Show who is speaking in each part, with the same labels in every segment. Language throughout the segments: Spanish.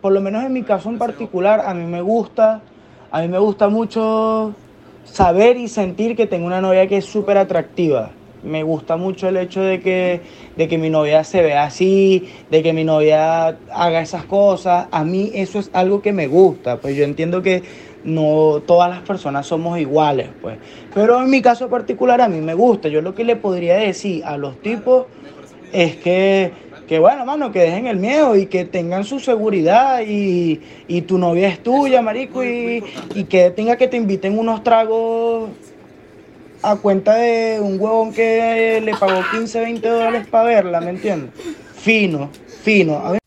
Speaker 1: por lo menos en mi caso en particular, a mí me gusta, a mí me gusta mucho saber y sentir que tengo una novia que es súper atractiva. Me gusta mucho el hecho de que, de que mi novia se vea así, de que mi novia haga esas cosas. A mí eso es algo que me gusta. Pues yo entiendo que no todas las personas somos iguales, pues. Pero en mi caso particular a mí me gusta. Yo lo que le podría decir a los tipos es que, que bueno, mano, que dejen el miedo y que tengan su seguridad y, y tu novia es tuya, marico, y, y que tenga que te inviten unos tragos a cuenta de un huevón que le pagó 15, 20 dólares para verla, ¿me entiendes? Fino, fino. A mí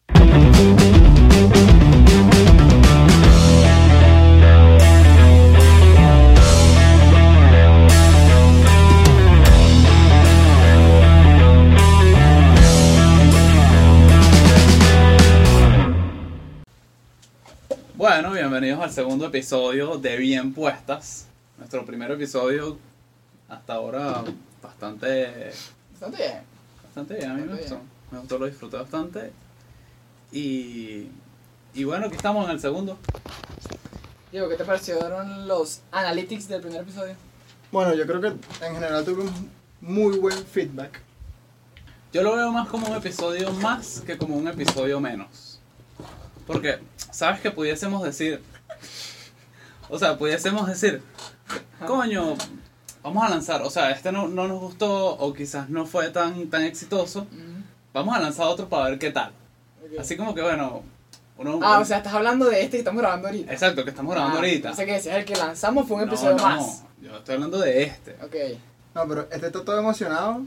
Speaker 2: Bueno, bienvenidos al segundo episodio de Bien Puestas. Nuestro primer episodio, hasta ahora, bastante,
Speaker 3: Bastante bien.
Speaker 2: bastante bien. A mí me
Speaker 3: Bastante
Speaker 2: gustó. Me gustó, lo disfruté bastante. Y, y bueno, aquí estamos en el segundo.
Speaker 3: Diego, ¿qué te parecieron los analytics del primer episodio?
Speaker 4: Bueno, yo creo que en general tuve un muy buen feedback.
Speaker 2: Yo lo veo más como un episodio más que como un episodio menos. Porque, ¿sabes que pudiésemos decir? O sea, pudiésemos decir, coño, vamos a lanzar, o sea, este no, no nos gustó o quizás no fue tan, tan exitoso, vamos a lanzar otro para ver qué tal. Mm. Así como que, bueno, uno...
Speaker 3: Ah, o sea, estás hablando de este que estamos grabando ahorita.
Speaker 2: Exacto, que estamos grabando
Speaker 3: Ah,
Speaker 2: ahorita.
Speaker 3: O sea, que decías el que lanzamos fue un
Speaker 2: No,
Speaker 3: episodio
Speaker 2: no,
Speaker 3: más.
Speaker 2: yo estoy hablando de este.
Speaker 3: Ok.
Speaker 4: No, pero este está todo emocionado.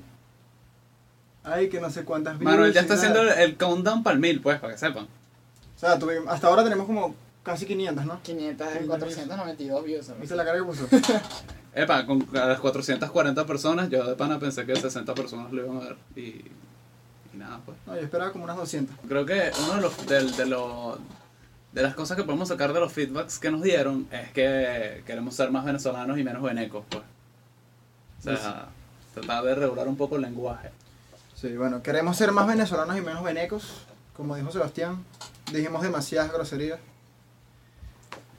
Speaker 4: Ay, que no sé cuántas views
Speaker 2: Manuel ya
Speaker 4: y
Speaker 2: está
Speaker 4: nada.
Speaker 2: haciendo el, el countdown para el mil, pues, para que sepan.
Speaker 4: O sea, tuve- hasta ahora tenemos como casi 500, ¿no?
Speaker 3: 500, 492 views. ¿no?
Speaker 4: ¿Viste la cara que puso?
Speaker 2: Epa, con a las 440 personas, yo de pana pensé que 60 personas lo iban a ver. Y, y nada, pues.
Speaker 4: No, yo esperaba como unas 200.
Speaker 2: Creo que uno de los, del- de, lo- de las cosas que podemos sacar de los feedbacks que nos dieron es que queremos ser más venezolanos y menos venecos, pues. O
Speaker 3: Pues
Speaker 2: sea, tratar de regular un poco el lenguaje.
Speaker 4: Sí, bueno, queremos ser más venezolanos y menos venecos. Como dijo Sebastián, dijimos demasiadas groserías.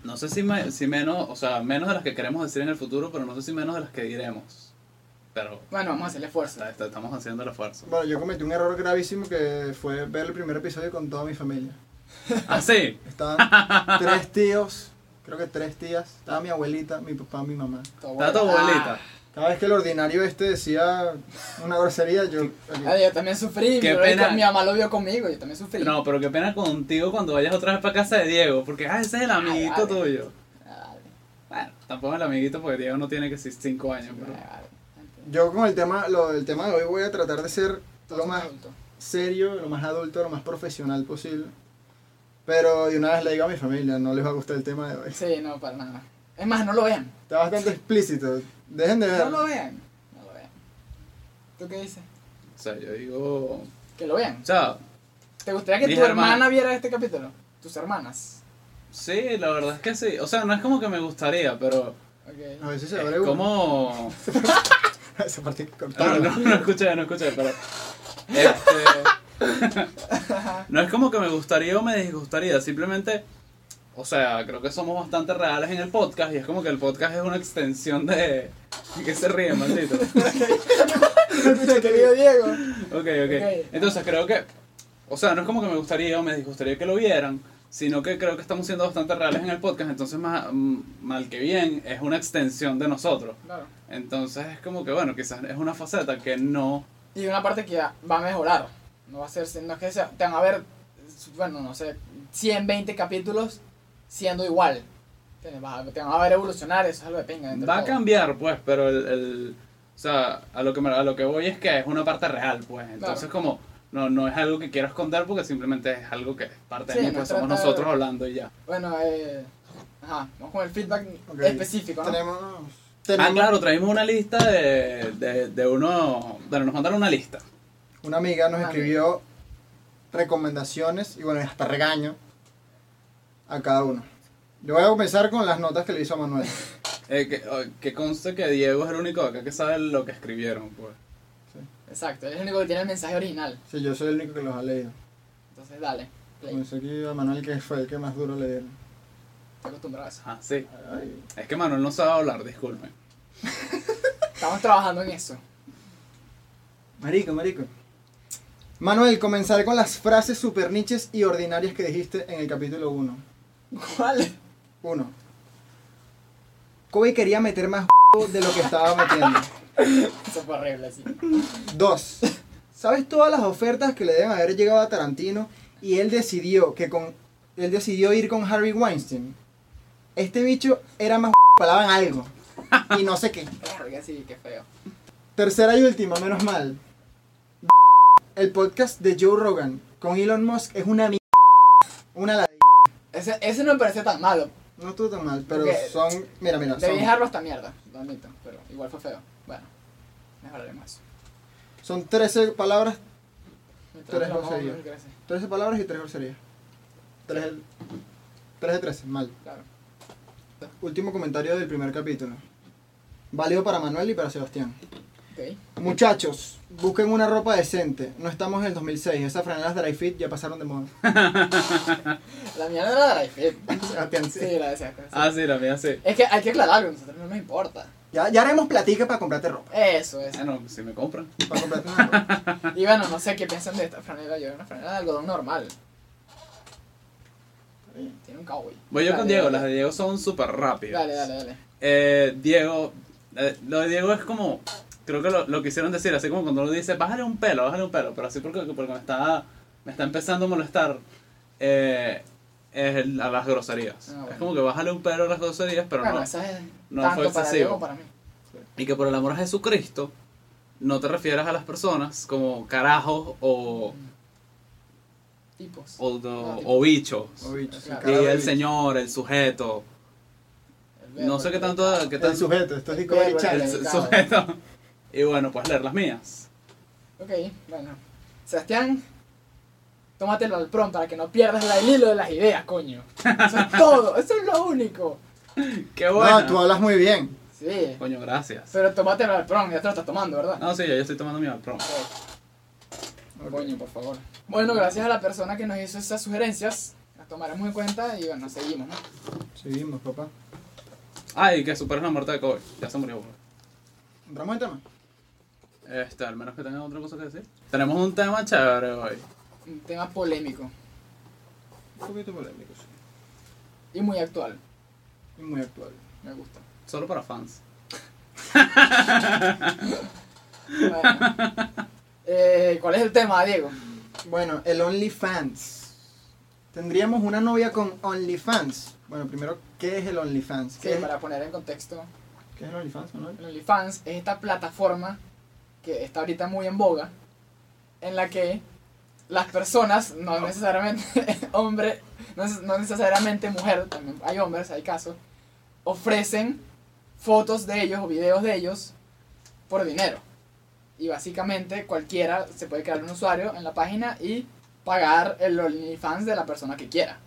Speaker 2: No sé si, me- si menos, o sea, menos de las que queremos decir en el futuro, pero no sé si menos de las que diremos. Pero
Speaker 3: Bueno, vamos a hacer el esfuerzo.
Speaker 2: está- está- estamos haciendo el esfuerzo.
Speaker 4: Bueno, yo cometí un error gravísimo que fue ver el primer episodio con toda mi familia.
Speaker 2: ¡Ah, sí!
Speaker 4: Estaban tres tíos, creo que tres tías. Estaba mi abuelita, mi papá, mi mamá.
Speaker 2: Está
Speaker 3: Ah,
Speaker 2: tu abuelita.
Speaker 4: Cada vez que el ordinario este decía una grosería, yo.
Speaker 3: Ah, yo también sufrí.
Speaker 2: Qué
Speaker 3: mi brother,
Speaker 2: pena.
Speaker 3: Mi mamá lo vio conmigo, yo también sufrí.
Speaker 2: No, pero qué pena contigo cuando vayas otra vez para casa de Diego, porque ah, ese es el amiguito
Speaker 3: vale.
Speaker 2: tuyo.
Speaker 3: Ah, vale,
Speaker 2: Bueno, tampoco es el amiguito porque Diego no tiene que ser 5 años, pero
Speaker 3: vale, vale.
Speaker 4: Yo con el tema, lo del tema de hoy voy a tratar de ser lo
Speaker 3: Somos
Speaker 4: más
Speaker 3: adultos.
Speaker 4: serio, lo más adulto, lo más profesional posible. Pero de una vez le digo a mi familia, no les va a gustar el tema de hoy.
Speaker 3: Sí, no, para nada. Es más, no lo vean.
Speaker 4: Está bastante explícito. Dejen de ver.
Speaker 3: No lo vean. No lo vean. ¿Tú qué dices?
Speaker 2: o sea, yo digo, o
Speaker 3: Que lo vean.
Speaker 2: sea,
Speaker 3: ¿Te gustaría que
Speaker 2: Mis
Speaker 3: tu hermana,
Speaker 2: hermanas.
Speaker 3: viera este capítulo? Tus hermanas.
Speaker 2: sí, la verdad es que sí. O sea, no es como que me gustaría, pero
Speaker 4: A
Speaker 3: Ok.
Speaker 4: veces se abre
Speaker 2: es
Speaker 4: uno.
Speaker 2: como
Speaker 4: Esa parte hay que
Speaker 2: no,
Speaker 4: cortarla.
Speaker 2: Ah, no, no escuché, no escuché, pero este, no es como que me gustaría o me disgustaría, simplemente o sea, creo que somos bastante reales en el podcast y es como que el podcast es una extensión de que se ríe, maldito.
Speaker 3: Nuestro querido Diego.
Speaker 2: Ok, ok.
Speaker 3: Ok.
Speaker 2: Entonces creo que, o sea, no es como que me gustaría o me disgustaría que lo vieran, sino que creo que estamos siendo bastante reales en el podcast, entonces más, mal que bien es una extensión de nosotros.
Speaker 3: Claro.
Speaker 2: Entonces es como que, bueno, quizás es una faceta que no...
Speaker 3: Y una parte que va a mejorar. No va a ser, no es que sea, te van a ver, bueno, no sé, 120 capítulos siendo igual. Te vas a- te van a ver evolucionar, eso es algo de pinga. dentro
Speaker 2: Va
Speaker 3: de
Speaker 2: a
Speaker 3: todo.
Speaker 2: cambiar, pues, pero el... el- o sea, a lo, que me- a lo que voy es que es una parte real, pues. Entonces como, no, no es algo que quiero esconder porque simplemente es algo que es parte
Speaker 3: Sí,
Speaker 2: de mí,
Speaker 3: no
Speaker 2: pues somos
Speaker 3: trata de-
Speaker 2: nosotros hablando y ya.
Speaker 3: Bueno, eh, ajá, vamos con el feedback
Speaker 4: Ok.
Speaker 3: específico, ¿no?
Speaker 4: Tenemos.
Speaker 2: Ah,
Speaker 4: tenemos
Speaker 2: claro, traímos una lista de, de, de uno... Bueno, nos mandaron una lista.
Speaker 4: Una amiga nos
Speaker 3: Una
Speaker 4: escribió recomendaciones y bueno, hasta regaño a cada uno. Yo voy a comenzar con las notas que le hizo a Manuel.
Speaker 2: Eh, que, o- que conste que Diego es el único de acá que sabe lo que escribieron, pues.
Speaker 3: Exacto, es el único que tiene el mensaje original.
Speaker 4: Sí, yo soy el único que los ha leído.
Speaker 3: Entonces, dale. play.
Speaker 4: Pensé que a Manuel que fue el que más duro le dieron.
Speaker 3: Estoy acostumbrado a eso.
Speaker 2: Ah, sí.
Speaker 4: Ay,
Speaker 2: Es que Manuel no sabe hablar, disculpen.
Speaker 3: Estamos trabajando en eso.
Speaker 4: marico, marico. Manuel, comenzar con las frases super niches y ordinarias que dijiste en el capítulo 1.
Speaker 3: ¿Cuál?
Speaker 4: 1. Kobe quería meter más de lo que estaba metiendo.
Speaker 3: Eso fue horrible, sí.
Speaker 4: 2. ¿Sabes todas las ofertas que le deben haber llegado a Tarantino y él decidió que con él decidió ir con Harry Weinstein? Este bicho era más palabra en algo y no sé qué.
Speaker 3: Verga, sí, qué feo.
Speaker 4: Tercera y última, menos mal. El podcast de Joe Rogan con Elon Musk es una mierda. Una ladilla.
Speaker 3: Ese, ese no me pareció tan malo.
Speaker 4: No estuvo tan mal, pero
Speaker 3: Ok.
Speaker 4: son. Mira, mira,
Speaker 3: Debí
Speaker 4: son,
Speaker 3: dejarlo hasta mierda, lo admito. Pero igual fue feo. Bueno, mejoraremos eso.
Speaker 4: son 13 palabras,
Speaker 3: Mientras
Speaker 4: Tú eres
Speaker 3: lo vamos,
Speaker 4: grosería.
Speaker 3: vamos, gracias.
Speaker 4: 13 palabras y 3 groserías. 3 de 13, mal.
Speaker 3: Claro.
Speaker 4: Último comentario del primer capítulo. Válido para Manuel y para Sebastián.
Speaker 3: Ok.
Speaker 4: Muchachos, busquen una ropa decente. No estamos en el 2006. Esas franelas dry fit ya pasaron de moda.
Speaker 3: La mía no era dry fit.
Speaker 4: Sebastián, sí.
Speaker 3: Sí, la de Sebastián, sí.
Speaker 2: Ah, sí, la mía sí.
Speaker 3: Es que hay que aclarar algo, a nosotros no nos importa.
Speaker 4: Ya, ya haremos platica para comprarte ropa.
Speaker 3: Eso, eso.
Speaker 2: Ah, no, si me compran.
Speaker 4: Para comprarte una ropa.
Speaker 3: Y bueno, no sé qué piensan de esta franela. Yo era una franela de algodón normal. Tiene un cowboy.
Speaker 2: Voy yo
Speaker 3: Dale,
Speaker 2: con Diego,
Speaker 3: dale.
Speaker 2: las de Diego son súper rápidas.
Speaker 3: Dale, dale, dale.
Speaker 2: Eh, Diego, eh, lo de Diego es como, creo que lo, lo quisieron decir, así como cuando uno dice, bájale un pelo, bájale un pelo, pero así porque, porque me, está, me está empezando a molestar eh, es el- a las groserías.
Speaker 3: Ah, bueno.
Speaker 2: Es como que bájale un pelo a las groserías, pero
Speaker 3: bueno,
Speaker 2: no.
Speaker 3: esa es
Speaker 2: no
Speaker 3: tanto
Speaker 2: fue
Speaker 3: para
Speaker 2: excesivo.
Speaker 3: Diego como para mí.
Speaker 2: Y que por el amor a Jesucristo, no te refieras a las personas como carajos o,
Speaker 3: Tipos.
Speaker 2: o,
Speaker 3: No,
Speaker 2: o-
Speaker 3: tipo-
Speaker 2: o bichos.
Speaker 4: Oh, bicho, sí,
Speaker 3: Claro.
Speaker 2: Y
Speaker 4: cara de
Speaker 2: el
Speaker 4: bicho.
Speaker 2: señor, el sujeto,
Speaker 3: El verbo,
Speaker 2: no sé qué
Speaker 3: pues, el
Speaker 2: tanto...
Speaker 3: predicado.
Speaker 2: Qué tan,
Speaker 4: El sujeto, esto es de
Speaker 3: Bien,
Speaker 4: Kobe
Speaker 3: bueno.
Speaker 4: Challenge.
Speaker 2: el su- sujeto. Y bueno, pues leer las mías.
Speaker 3: Ok, bueno. Sebastián, tómatelo al prom para que no pierdas la- el hilo de las ideas, coño. Eso es todo, eso es lo único.
Speaker 2: Qué bueno.
Speaker 4: No, tú hablas muy bien.
Speaker 3: Sí,
Speaker 2: Coño, gracias.
Speaker 3: pero tómatelo al prom, ya te lo estás tomando, ¿verdad?
Speaker 2: No, sí, yo, yo estoy tomando mi Alpro.
Speaker 3: Coño, por favor. Bueno, gracias a la persona que nos hizo esas sugerencias, las tomaremos en cuenta y bueno, seguimos, ¿no?
Speaker 4: Seguimos, papá.
Speaker 2: Ay, que superes la muerte de Kobe. Ya se murió. bro.
Speaker 4: Entramos en tema.
Speaker 2: Este, al menos que tengan otra cosa que decir. Tenemos un tema chévere hoy.
Speaker 3: Un tema polémico
Speaker 4: Un poquito polémico, sí.
Speaker 3: y muy actual,
Speaker 4: Y muy actual.
Speaker 3: me gusta.
Speaker 2: Solo para fans.
Speaker 3: Bueno. Eh, ¿Cuál es el tema, Diego?
Speaker 4: Bueno, el OnlyFans. Tendríamos una novia con OnlyFans. Bueno, primero, ¿qué es el OnlyFans?
Speaker 3: Sí,
Speaker 4: ¿Qué, es-
Speaker 3: para poner en contexto,
Speaker 4: ¿qué es el OnlyFans, Manuel?
Speaker 3: el OnlyFans es esta plataforma que está ahorita muy en boga, en la que las personas, no necesariamente hombre, no, neces- no necesariamente mujer, también hay hombres, hay casos, ofrecen fotos de ellos o videos de ellos por dinero. Y básicamente cualquiera se puede crear un usuario en la página y pagar el OnlyFans de la persona que quiera.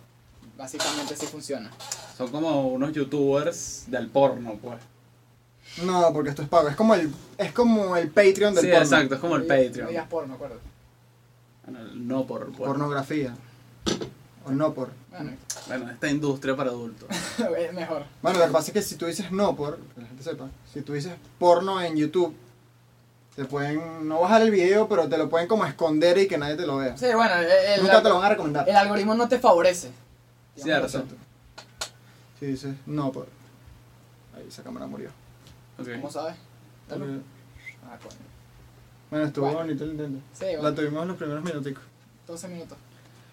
Speaker 3: Básicamente así funciona.
Speaker 2: Son como unos youtubers del porno, pues.
Speaker 4: No, porque esto es pago. Es como el, es como el Patreon del
Speaker 2: Sí,
Speaker 4: porno.
Speaker 2: exacto, es como el
Speaker 3: No digas- No digas
Speaker 2: Patreon.
Speaker 3: porno, acuerdo.
Speaker 2: Bueno, el no por pues. porno.
Speaker 4: Pornografía. O no por.
Speaker 3: Bueno,
Speaker 2: Bueno, esta industria para adultos.
Speaker 3: mejor.
Speaker 4: Bueno, lo que pasa es que si tú dices no por, que la gente sepa, si tú dices porno en YouTube, te pueden no bajar el video, pero te lo pueden como esconder y que nadie te lo vea.
Speaker 3: Sí, Eh. bueno, el, el-
Speaker 4: Nunca te lo van a recomendar.
Speaker 3: el algoritmo no te favorece.
Speaker 2: Cierto.
Speaker 4: Exacto. Si dices no por. Ahí esa cámara murió.
Speaker 2: Ok.
Speaker 3: ¿Cómo sabes?
Speaker 4: Porque-
Speaker 3: Ah, coño.
Speaker 4: Bueno, estuvo
Speaker 3: Bueno.
Speaker 4: bonito el intento.
Speaker 3: Sí,
Speaker 4: La
Speaker 3: bueno,
Speaker 4: tuvimos en los primeros minuticos.
Speaker 3: 12 minutos.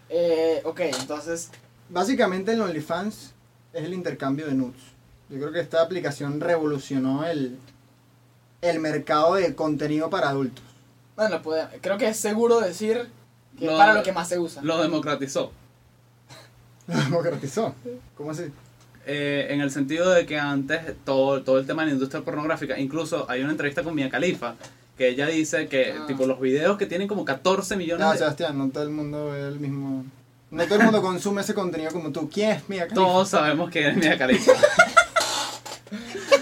Speaker 3: Eh, ok, entonces,
Speaker 4: Básicamente el OnlyFans es el intercambio de nudes. Yo creo que esta aplicación revolucionó el, el mercado de contenido para adultos.
Speaker 3: bueno, puede- creo que es seguro decir que
Speaker 2: Lo-
Speaker 3: es para lo que más se usa.
Speaker 2: Lo democratizó.
Speaker 4: Lo democratizó. ¿Cómo así?
Speaker 2: Eh, en el sentido de que antes todo, todo el tema de la industria pornográfica, incluso hay una entrevista con Mia Khalifa, que ella dice que
Speaker 3: Ah.
Speaker 2: tipo los videos que tienen como 14 millones
Speaker 4: No,
Speaker 2: de...
Speaker 4: Sebastián, no todo el mundo ve el mismo... No todo el mundo consume ese contenido como tú. ¿Quién es Mia Khalifa?
Speaker 2: Todos sabemos que es Mia Khalifa.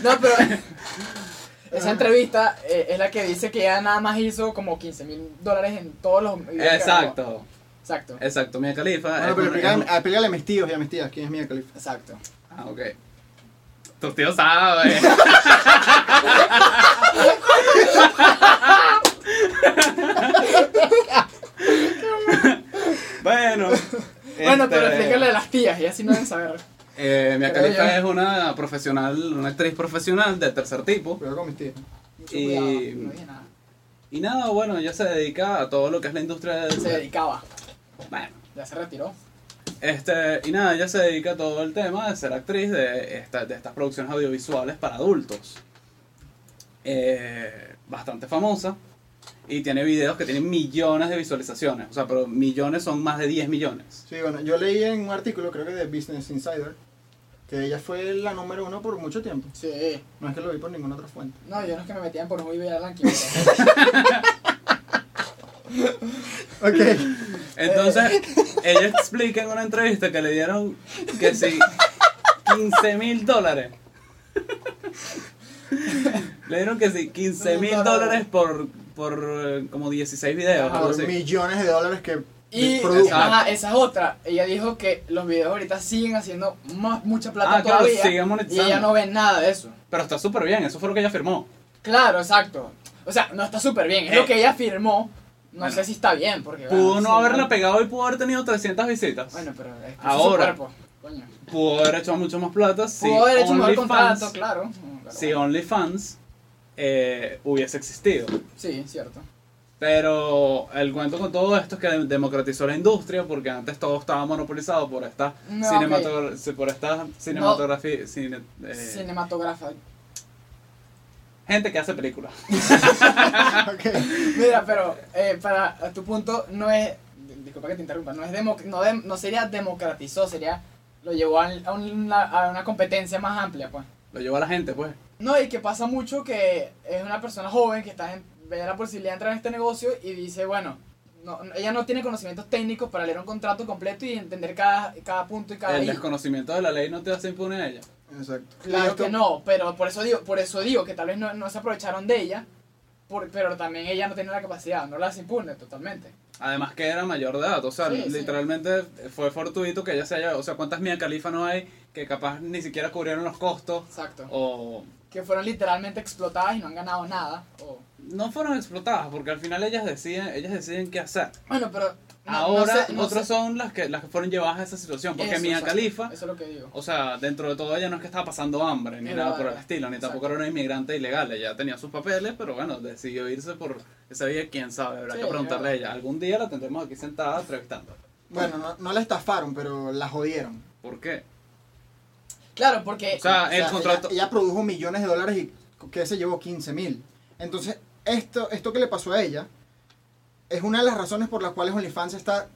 Speaker 3: No, pero esa entrevista eh, es la que dice que ella nada más hizo como 15 mil dólares en todos los videos que grabó.
Speaker 2: Exacto.
Speaker 3: Exacto.
Speaker 2: Exacto, Mia Khalifa.
Speaker 4: Bueno,
Speaker 2: es una-
Speaker 4: pero
Speaker 2: es
Speaker 4: explícale
Speaker 2: un-
Speaker 4: ah, explícale a mis tíos y a mis tías quién es Mia Khalifa.
Speaker 3: Exacto.
Speaker 4: Este-
Speaker 2: Ah, ok. Tus tíos saben. bueno.
Speaker 3: Bueno, pero
Speaker 2: este,
Speaker 3: explícale a las tías, y así no deben saber.
Speaker 2: Eh, Mia
Speaker 3: Creo
Speaker 2: Khalifa
Speaker 3: yo.
Speaker 2: es una profesional, una actriz profesional del tercer tipo.
Speaker 4: Cuidado con mis tíos.
Speaker 3: Mucho
Speaker 2: Y-
Speaker 3: cuidado, no dije nada.
Speaker 2: Y nada, bueno, ella se dedica a todo lo que es la industria del...
Speaker 3: Se dedicaba,
Speaker 2: Bueno,
Speaker 3: ya se retiró.
Speaker 2: Este, y nada, ella se dedica a todo el tema de ser actriz de, esta- de estas producciones audiovisuales para adultos. Eh, bastante famosa. Y tiene videos que tienen millones de visualizaciones. O sea, pero millones son más de 10 millones.
Speaker 4: Sí, bueno, yo leí en un artículo, creo que de Business Insider, que ella fue la número uno por mucho tiempo.
Speaker 3: Sí.
Speaker 4: No es que lo vi por ninguna otra fuente.
Speaker 3: No, yo no es que me metían por muy bien ranking.
Speaker 4: Ok.
Speaker 2: Entonces, ella explica en una entrevista que le dieron que sí, 15 mil dólares. Le dieron que sí, 15 mil dólares por, por eh, como 16 videos.
Speaker 3: Ajá,
Speaker 2: algo
Speaker 4: por
Speaker 2: así.
Speaker 4: millones de dólares que
Speaker 3: Y
Speaker 4: produjo.
Speaker 2: Exacto.
Speaker 3: ajá, esa es otra. Ella dijo que los videos ahorita siguen haciendo más, mucha plata
Speaker 2: Ah, claro,
Speaker 3: todavía.
Speaker 2: siguen
Speaker 3: y
Speaker 2: monetizando.
Speaker 3: ella no ve nada de eso.
Speaker 2: Pero está súper bien, eso fue lo que ella firmó.
Speaker 3: Claro, exacto. O sea, no está súper bien. Es
Speaker 2: Eh.
Speaker 3: lo que ella firmó. No
Speaker 2: Bueno.
Speaker 3: sé si está bien, porque.
Speaker 2: Pudo
Speaker 3: bueno,
Speaker 2: no
Speaker 3: Ah, sí,
Speaker 2: haberla
Speaker 3: bueno.
Speaker 2: pegado y pudo haber tenido 300 visitas.
Speaker 3: Bueno, pero es que es su
Speaker 2: Ahora.
Speaker 3: cuerpo, coño.
Speaker 2: Pudo haber hecho mucho más plata si
Speaker 3: Pudo haber hecho un mejor
Speaker 2: OnlyFans
Speaker 3: contrato, claro. Pero
Speaker 2: si OnlyFans, eh, hubiese existido.
Speaker 3: Sí, cierto.
Speaker 2: Pero el cuento con todo esto es que democratizó la industria porque antes todo estaba monopolizado por estas
Speaker 3: No,
Speaker 2: cinematogra- por estas cinematografía cine- eh,
Speaker 3: Cinematógrafa.
Speaker 2: gente que hace películas.
Speaker 4: Ok.
Speaker 3: Mira, pero eh, para tu punto, no es. Disculpa que te interrumpa, no, es democ- no, dem- no sería democratizó, sería. Lo llevó al- a, una, a una competencia más amplia, pues.
Speaker 2: Lo llevó a la gente, pues.
Speaker 3: No, y que pasa mucho que es una persona joven que está en, ve la posibilidad de entrar en este negocio y dice, bueno, no, no- ella no tiene conocimientos técnicos para leer un contrato completo y entender cada, cada punto y cada...
Speaker 2: El
Speaker 3: i.
Speaker 2: desconocimiento de la ley no te hace impune a ella.
Speaker 4: Exacto. Y
Speaker 3: Claro
Speaker 4: esto-
Speaker 3: que no, pero por eso digo, por eso digo que tal vez no, no se aprovecharon de ella, por- pero también ella no tiene la capacidad, no las impune totalmente.
Speaker 2: Además que era mayor de edad, o sea,
Speaker 3: Sí, sí.
Speaker 2: literalmente fue fortuito que ella se haya, o sea, cuántas Mia Khalifa no hay que capaz ni siquiera cubrieron los costos
Speaker 3: Exacto.
Speaker 2: o
Speaker 3: Que fueron literalmente explotadas y no han ganado nada. o-
Speaker 2: no fueron explotadas porque al final ellas deciden, ellas deciden qué hacer.
Speaker 3: Bueno, pero... no- no
Speaker 2: Ahora
Speaker 3: sé- no
Speaker 2: otros
Speaker 3: sé-
Speaker 2: son las que las que fueron llevadas a esa situación porque
Speaker 3: Eso,
Speaker 2: Mia
Speaker 3: exacto,
Speaker 2: Khalifa,
Speaker 3: Eso es lo que digo.
Speaker 2: o sea, dentro de todo ella no es que estaba pasando hambre ni
Speaker 3: Ni
Speaker 2: nada
Speaker 3: nada,
Speaker 2: por el
Speaker 3: nada.
Speaker 2: estilo, ni tampoco era
Speaker 3: Exacto.
Speaker 2: una inmigrante ilegal, ella tenía sus papeles, pero bueno, decidió irse por esa vía, quién sabe, habrá
Speaker 3: Sí,
Speaker 2: que preguntarle a
Speaker 3: claro.
Speaker 2: ella. Algún día la tendremos aquí sentada entrevistándola.
Speaker 4: Bueno, no, no la estafaron, pero la jodieron.
Speaker 2: ¿Por qué?
Speaker 3: Claro, porque...
Speaker 2: O sea,
Speaker 4: O sea,
Speaker 2: Ah, el contrato
Speaker 4: Ella, ella produjo millones de dólares y que se llevó 15 mil. Entonces, esto, esto que le pasó a ella es una de las razones por las cuales OnlyFans está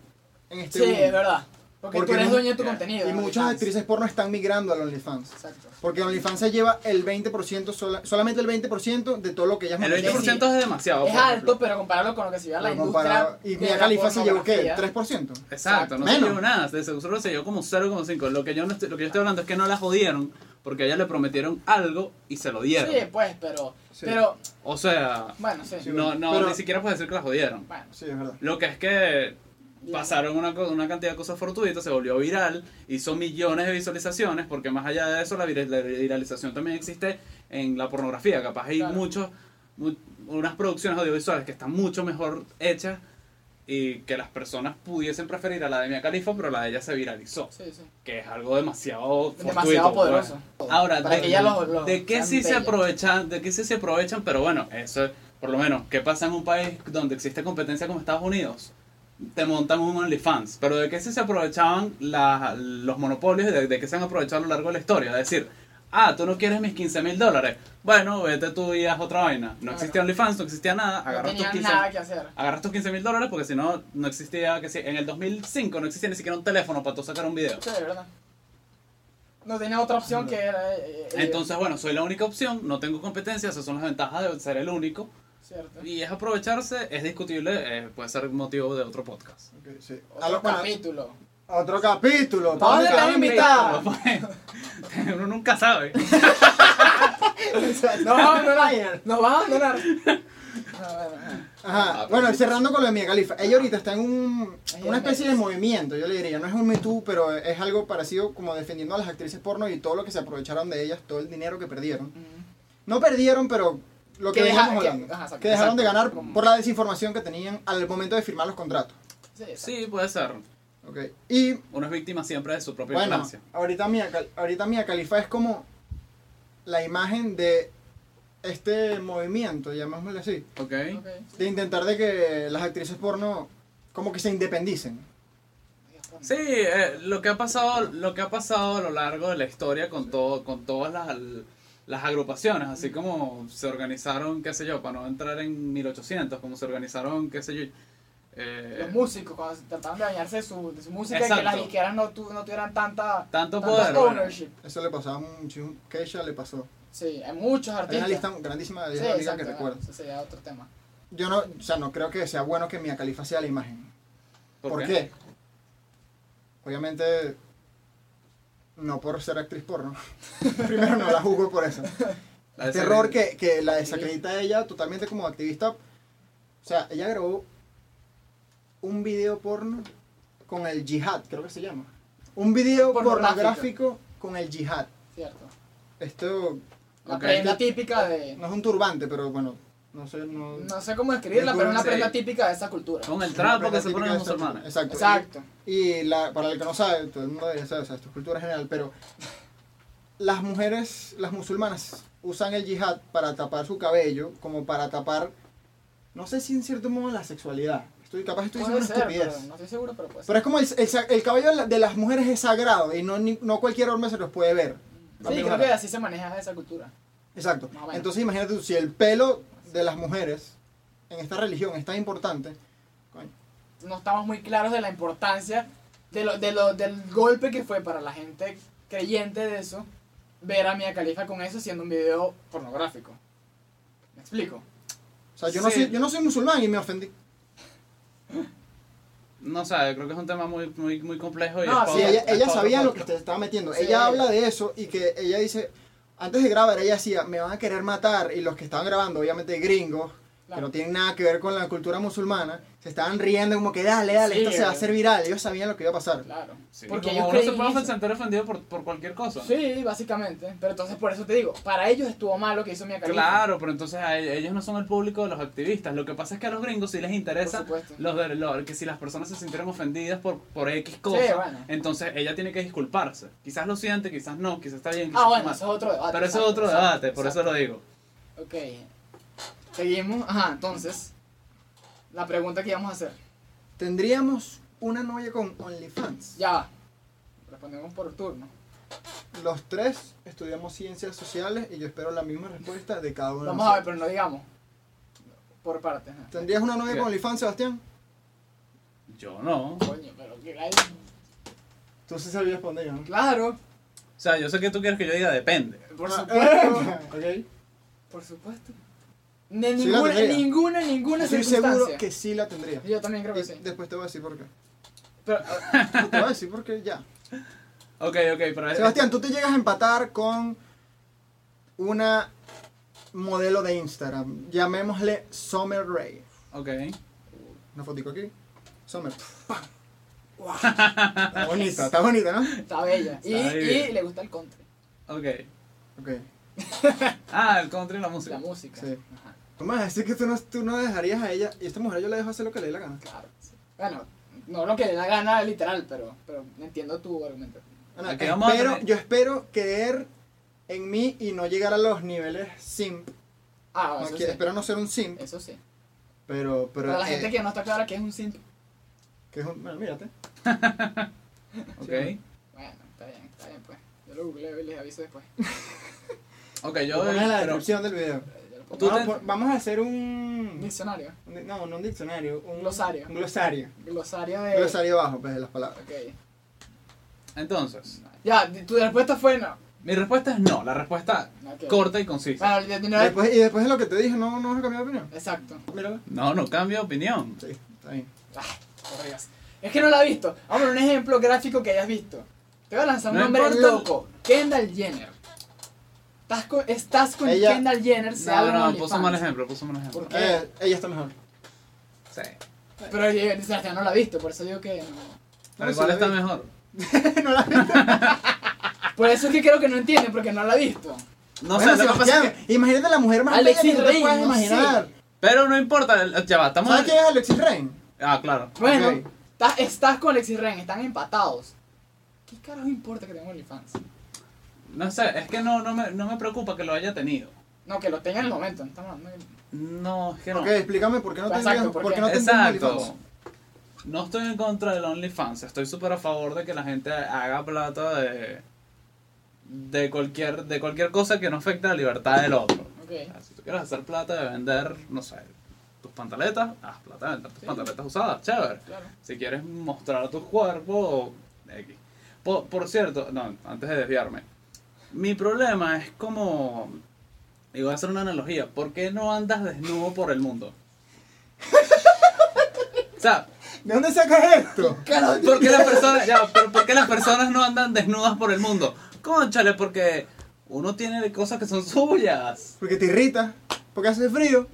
Speaker 4: en este
Speaker 3: Sí,
Speaker 4: boom.
Speaker 3: es verdad. Porque,
Speaker 4: Porque
Speaker 3: tú eres
Speaker 4: mu-
Speaker 3: dueño de tu
Speaker 2: yeah.
Speaker 3: contenido.
Speaker 4: Y
Speaker 3: ¿no?
Speaker 4: muchas
Speaker 3: Fans.
Speaker 4: actrices porno están migrando al OnlyFans.
Speaker 3: Exacto.
Speaker 4: Porque OnlyFans se lleva el 20%, sola- solamente el 20% de todo lo que ellas
Speaker 2: El
Speaker 4: monetizan.
Speaker 2: 20% es demasiado.
Speaker 3: Es
Speaker 2: por ejemplo.
Speaker 3: alto, pero compararlo con lo que se lleva la
Speaker 4: Pero
Speaker 3: industria.
Speaker 4: comparado- Y
Speaker 3: de
Speaker 4: Mia
Speaker 3: la
Speaker 4: Khalifa se llevó, ¿qué?
Speaker 3: pornografía.
Speaker 4: ¿3%?
Speaker 2: Exacto, no se
Speaker 4: Menos.
Speaker 2: llevó nada, de seguro se llevó como 0,5. Lo que yo no estoy, lo que yo estoy hablando es que no la jodieron porque a ella le prometieron algo y se lo dieron.
Speaker 3: Sí, pues, pero.
Speaker 4: Sí.
Speaker 3: Pero,
Speaker 2: O sea,
Speaker 3: bueno, sí.
Speaker 4: Sí,
Speaker 2: no, no
Speaker 4: Pero-
Speaker 2: ni siquiera puedes decir que la jodieron.
Speaker 3: Bueno,
Speaker 4: Sí, es verdad.
Speaker 2: Lo que es que
Speaker 3: ya.
Speaker 2: pasaron una, co- una cantidad de cosas fortuitas, se volvió viral, hizo millones de visualizaciones, porque más allá de eso la, vira- la viralización también existe en la pornografía. Capaz hay
Speaker 3: Claro.
Speaker 2: muchos, mu- unas producciones audiovisuales que están mucho mejor hechas y que las personas pudiesen preferir a la de Mia Khalifa, pero la de ella se viralizó,
Speaker 3: Sí, sí.
Speaker 2: que es algo demasiado fortuito.
Speaker 3: Demasiado
Speaker 2: pues.
Speaker 3: poderoso.
Speaker 2: Ahora,
Speaker 3: Para
Speaker 2: de,
Speaker 3: que ya los- los
Speaker 2: de qué
Speaker 3: sean
Speaker 2: sí se
Speaker 3: bellas.
Speaker 2: aprovechan, de qué sí se aprovechan, pero bueno, eso es, por lo menos, ¿qué pasa en un país donde existe competencia como Estados Unidos? Te montan un OnlyFans, pero de qué sí se aprovechaban la- los monopolios, de, de qué se han aprovechado a lo largo de la historia. Es decir, ah, tú no quieres mis 15 mil dólares, bueno, vete tú y haz otra vaina. No
Speaker 3: Claro.
Speaker 2: existía OnlyFans, no existía nada,
Speaker 3: No
Speaker 2: agarras tus
Speaker 3: tenían
Speaker 2: 15
Speaker 3: nada que hacer.
Speaker 2: Agarras tus 15 mil dólares porque si no, no existía, que si, en el 2005 no existía ni siquiera un teléfono para tú sacar un video.
Speaker 3: Sí, de verdad. No tenía otra opción que era. eh, eh,
Speaker 2: Entonces, bueno, soy la única opción, no tengo competencia, esas son las ventajas de ser el único.
Speaker 3: Cierto.
Speaker 2: Y es aprovecharse, es discutible, eh, puede ser motivo de otro podcast.
Speaker 4: Ok, sí. A
Speaker 3: Otro
Speaker 4: lo- bueno,
Speaker 3: capítulo.
Speaker 4: otro capítulo.
Speaker 3: ¿Dónde
Speaker 4: Pablo,
Speaker 3: están invitadas?
Speaker 2: pues. Uno nunca sabe.
Speaker 4: Exacto.
Speaker 3: No, no, no, no. Nos vas a abandonar.
Speaker 4: Ajá.
Speaker 2: Ah,
Speaker 4: bueno,
Speaker 2: pero sí.
Speaker 4: cerrando con lo de Mia Khalifa. Ella ahorita está en un,
Speaker 3: Ella
Speaker 4: una especie de
Speaker 3: merece.
Speaker 4: movimiento, yo le diría. No es un Me Too, pero es algo parecido como defendiendo a las actrices porno y todo lo que se aprovecharon de ellas, todo el dinero que perdieron. No perdieron, pero lo que
Speaker 3: Que deja-
Speaker 4: veníamos
Speaker 3: que-
Speaker 4: hablando.
Speaker 3: ajá, exacto,
Speaker 4: que dejaron de
Speaker 3: exacto.
Speaker 4: ganar por la desinformación que tenían al momento de firmar los contratos.
Speaker 3: Sí,
Speaker 2: Sí, puede ser.
Speaker 4: Ok. Y
Speaker 2: Uno es víctima siempre de su propia
Speaker 4: bueno,
Speaker 2: ignorancia.
Speaker 4: ahorita Mia, Khal- ahorita Mia Khalifa es como la imagen de este movimiento, llamémosle así.
Speaker 2: ¿Ok?
Speaker 3: ok.
Speaker 4: De intentar de que las actrices porno como que se independicen.
Speaker 2: Sí, eh, lo que ha pasado, lo que ha pasado a lo largo de la historia con todo, con todas las, las agrupaciones, así como se organizaron, qué sé yo, para no entrar en 1800, como se organizaron, qué sé yo. eh,
Speaker 3: Los músicos, cuando trataban de bañarse de su, de su música, que
Speaker 2: Exacto.
Speaker 3: las disqueras no, tu- no tuvieran tanta,
Speaker 2: tanto
Speaker 3: tanta
Speaker 2: poder. bueno.
Speaker 3: ownership.
Speaker 4: Eso le pasaba a mucho. Keisha le pasó.
Speaker 3: Sí, hay muchos
Speaker 4: Hay una
Speaker 3: artistas.
Speaker 4: lista grandísima de
Speaker 3: sí,
Speaker 4: 10 ligas
Speaker 3: exacto,
Speaker 4: que recuerdo.
Speaker 3: Eso sería otro tema.
Speaker 4: Yo no, o sea, no creo que sea bueno que Mia Khalifa sea la imagen. ¿Por, qué? Obviamente, no por ser actriz porno. Primero no la juzgo por eso.
Speaker 2: La de
Speaker 4: Este
Speaker 2: ser-
Speaker 4: error que, que la desacredita a ella totalmente como activista. O sea, ella grabó un video porno con el yihad, creo que se llama. Un video
Speaker 3: Pornográfico.
Speaker 4: pornográfico con el yihad.
Speaker 3: Cierto.
Speaker 4: Esto
Speaker 3: La
Speaker 2: Ok.
Speaker 3: prenda típica de.
Speaker 4: no es un turbante, pero bueno, no sé, no...
Speaker 3: No sé cómo describirla, pero es una
Speaker 2: Sí.
Speaker 3: prenda típica de esa cultura.
Speaker 2: Con el
Speaker 4: es una
Speaker 2: trapo que
Speaker 4: prenda
Speaker 2: se ponen
Speaker 4: típica
Speaker 2: los
Speaker 4: de esta-
Speaker 2: musulmanes.
Speaker 4: Exacto.
Speaker 3: Exacto.
Speaker 4: Y la, para el que no sabe, todo el mundo debería saber, o sea, esto es cultura general, pero las mujeres, las musulmanas, usan el yihad para tapar su cabello, como para tapar, no sé si en cierto modo la sexualidad. Estoy capaz estoy diciendo
Speaker 3: Puede
Speaker 4: una
Speaker 3: ser,
Speaker 4: estupidez.
Speaker 3: pero no estoy seguro, pero puede ser.
Speaker 4: Pero es como el, el sa- el cabello de la- de las mujeres es sagrado y no, ni- no cualquier hombre se los puede ver.
Speaker 3: Sí,
Speaker 4: También
Speaker 3: creo
Speaker 4: ahora.
Speaker 3: que así se maneja esa cultura.
Speaker 4: Exacto.
Speaker 3: Más o menos.
Speaker 4: Entonces imagínate tú, si el pelo de las mujeres en esta religión es tan importante, coño,
Speaker 3: no estamos muy claros de la importancia de lo, de lo, del golpe que fue para la gente creyente de eso ver a Mia Khalifa con eso siendo un video pornográfico. ¿Me explico?
Speaker 4: o sea, yo, no
Speaker 2: Sí.
Speaker 4: soy, yo no soy musulmán y me ofendí.
Speaker 2: No sé, creo que es un tema muy, muy, muy complejo. Y
Speaker 3: No,
Speaker 2: es
Speaker 4: Sí,
Speaker 2: pa-
Speaker 4: ella,
Speaker 2: es
Speaker 4: ella
Speaker 2: pa-
Speaker 4: sabía lo que te estaba metiendo.
Speaker 3: Sí.
Speaker 4: Ella habla de eso y que ella dice, antes de grabar, ella decía, me van a querer matar. Y los que estaban grabando, obviamente gringos, que
Speaker 3: Claro.
Speaker 4: no tienen nada que ver con la cultura musulmana, se estaban riendo como que, dale, dale,
Speaker 3: Sí,
Speaker 4: esto se va a
Speaker 3: eh.
Speaker 4: hacer viral. Ellos sabían lo que iba a pasar.
Speaker 3: Claro.
Speaker 2: Sí,
Speaker 3: Porque
Speaker 2: como
Speaker 3: ellos
Speaker 2: uno se
Speaker 3: creen
Speaker 2: puede
Speaker 3: eso.
Speaker 2: sentir ofendido por, por cualquier cosa.
Speaker 3: Sí, básicamente. Pero entonces por eso te digo, para ellos estuvo mal lo que hizo Mia Khalifa.
Speaker 2: Claro, pero entonces a e- ellos no son el público de los activistas. Lo que pasa es que a los gringos sí les interesa
Speaker 3: Por supuesto.
Speaker 2: los de- lo- que si las personas se sintieron ofendidas por, por X cosa,
Speaker 3: bueno.
Speaker 2: entonces ella tiene que disculparse. Quizás lo siente, quizás no, quizás está bien. Quizás
Speaker 3: Ah,
Speaker 2: está
Speaker 3: bueno,
Speaker 2: mal.
Speaker 3: eso es otro debate.
Speaker 2: pero eso es
Speaker 3: exacto,
Speaker 2: otro
Speaker 3: exacto,
Speaker 2: debate, por
Speaker 3: exacto.
Speaker 2: eso lo digo.
Speaker 3: Ok. Seguimos. Ajá, entonces. La pregunta que íbamos a hacer.
Speaker 4: Tendríamos una novia con OnlyFans.
Speaker 3: Ya va. Respondemos por turno.
Speaker 4: Los tres estudiamos ciencias sociales y yo espero la misma respuesta de cada uno. de
Speaker 3: Vamos a ver,
Speaker 4: nosotros.
Speaker 3: pero no digamos. Por partes. ajá.
Speaker 4: ¿Tendrías una novia
Speaker 2: ¿Qué?
Speaker 4: con OnlyFans, Sebastián?
Speaker 2: Yo no.
Speaker 3: Coño, pero que hay.
Speaker 4: Tú sí sabías responder, ¿no?
Speaker 3: Claro,
Speaker 2: O sea, yo sé que tú quieres que yo diga depende.
Speaker 3: por
Speaker 4: Ah,
Speaker 3: supuesto.
Speaker 4: ok.
Speaker 3: por supuesto. Ni-
Speaker 4: Sí, la
Speaker 3: ninguna,
Speaker 4: tendría.
Speaker 3: ninguna, ninguna
Speaker 4: Estoy seguro
Speaker 3: circunstancia.
Speaker 4: que sí la tendría.
Speaker 3: Yo también creo que
Speaker 4: Y
Speaker 3: sí.
Speaker 4: después te voy a decir por qué.
Speaker 3: Pero,
Speaker 4: No te voy a decir por qué ya.
Speaker 2: Ok, ok, pero es-
Speaker 4: Sebastián, tú te llegas a empatar con una modelo de Instagram. Llamémosle Summer Ray.
Speaker 2: Ok.
Speaker 4: Una fotico aquí. Summer. ¡Pam! ¡Guau! Está bonita, está bonita, ¿no?
Speaker 3: está bella. Y,
Speaker 2: Está bien.
Speaker 3: y le gusta el country,
Speaker 2: Ok.
Speaker 4: Ok.
Speaker 2: Ah, el country y la música.
Speaker 3: la música.
Speaker 4: Sí.
Speaker 3: Ajá,
Speaker 4: Tú me vas a decir que tú no, tú no dejarías a ella. Y esta mujer yo la dejo hacer lo que le dé la gana.
Speaker 3: claro. sí. Bueno, no lo que le da gana literal, pero, pero entiendo tu argumento.
Speaker 4: Ana,
Speaker 2: Aquí vamos a
Speaker 4: espero-
Speaker 2: tener-
Speaker 4: yo espero creer en mí y no llegar a los niveles simp.
Speaker 3: Ah,
Speaker 4: No
Speaker 3: eso
Speaker 4: quiero-
Speaker 3: sí.
Speaker 4: espero no ser un simp,
Speaker 3: Eso sí.
Speaker 4: pero... pero
Speaker 3: Para la
Speaker 4: eh,
Speaker 3: gente que no está clara que es un simp.
Speaker 4: que es un- bueno, mírate.
Speaker 2: Ok.
Speaker 3: Bueno, está bien, está bien, pues. Yo lo googleo y les aviso después.
Speaker 2: Ok,
Speaker 4: Lo
Speaker 2: yo.
Speaker 4: pones en la
Speaker 2: pero-
Speaker 4: descripción del video.
Speaker 3: Yo lo pongo
Speaker 2: Tú
Speaker 3: en
Speaker 4: Vamos,
Speaker 2: te-
Speaker 4: a pon- vamos a hacer un...
Speaker 3: un diccionario.
Speaker 4: un di- No, no un diccionario. Un
Speaker 3: Glosario. Eh.
Speaker 4: Un glosario.
Speaker 3: Glosario de.
Speaker 4: Un glosario bajo, pues, de las palabras.
Speaker 3: Ok.
Speaker 2: entonces,
Speaker 3: Ya, tu respuesta fue no.
Speaker 2: mi respuesta es no. La respuesta
Speaker 3: Ok.
Speaker 2: corta y concisa.
Speaker 3: Bueno, de- de
Speaker 4: Y
Speaker 3: una vez-
Speaker 4: después, y después de lo que te dije, no, no vas a cambiar de opinión.
Speaker 3: Exacto.
Speaker 4: Mírala.
Speaker 2: No, no cambio de opinión.
Speaker 4: Sí, está bien.
Speaker 3: Correas. Es que no la he visto. Vamos a un ejemplo gráfico que hayas visto. Te voy a lanzar un
Speaker 2: No
Speaker 3: nombre
Speaker 2: importa.
Speaker 3: loco. Kendall Jenner. Estás con, estás con
Speaker 4: Ella-
Speaker 3: Kendall Jenner, se
Speaker 2: No,
Speaker 3: abre un
Speaker 2: no,
Speaker 3: OnlyFans.
Speaker 2: puso mal ejemplo, puso mal ejemplo.
Speaker 3: ¿Por qué?
Speaker 4: Eh, ella está mejor.
Speaker 2: Sí.
Speaker 3: Pero eh, Sebastián no la ha visto, por eso digo que no.
Speaker 2: Pero
Speaker 4: sí,
Speaker 2: igual
Speaker 4: la
Speaker 2: está
Speaker 4: vi.
Speaker 2: mejor.
Speaker 4: no la vi.
Speaker 3: Por eso es que creo que no entiende, porque no la ha visto.
Speaker 2: No
Speaker 4: Bueno,
Speaker 2: sé, lo que pasa es
Speaker 4: Sebastián,
Speaker 2: que.
Speaker 4: Imagínate la mujer más bella que
Speaker 3: Alexis
Speaker 4: tú te
Speaker 3: Reyes,
Speaker 4: puedas
Speaker 3: no
Speaker 4: imaginar.
Speaker 2: Pero no importa, el- ya va, estamos.
Speaker 4: ¿Sabes quién es Alexis Rey?
Speaker 2: Ah, claro.
Speaker 3: Bueno,
Speaker 4: Ok.
Speaker 3: ta- estás con Alexis Ren, están empatados. ¿Qué carajo importa que tenga OnlyFans?
Speaker 2: No sé, es que no, no, me, no me preocupa que lo haya tenido.
Speaker 3: No, que lo tenga en el momento, no estamos hablando de-
Speaker 2: No, es que no.
Speaker 4: Ok, explícame por qué no
Speaker 3: Exacto,
Speaker 4: tendrías-
Speaker 3: ¿por
Speaker 4: por
Speaker 3: qué?
Speaker 4: qué no tendrías
Speaker 2: Exacto.
Speaker 4: OnlyFans.
Speaker 2: No estoy en contra del OnlyFans, estoy súper a favor de que la gente haga plata de de cualquier de cualquier cosa que no afecte la libertad del otro. O
Speaker 3: Ok.
Speaker 2: sea, Si tú quieres hacer plata de vender, no sé, tus pantaletas, haz plata de vender tus
Speaker 3: Sí.
Speaker 2: pantaletas usadas, chévere.
Speaker 3: Claro.
Speaker 2: Si quieres mostrar tu cuerpo, X. Por, por cierto, no, antes de desviarme, mi problema es como, y voy a hacer una analogía, ¿por qué no andas desnudo por el mundo? o sea,
Speaker 4: ¿De dónde sacas esto?
Speaker 2: ¿por qué, las personas, ya, pero ¿por qué las personas no andan desnudas por el mundo? Cónchale, porque uno tiene cosas que son suyas.
Speaker 4: Porque te irrita. Porque hace frío.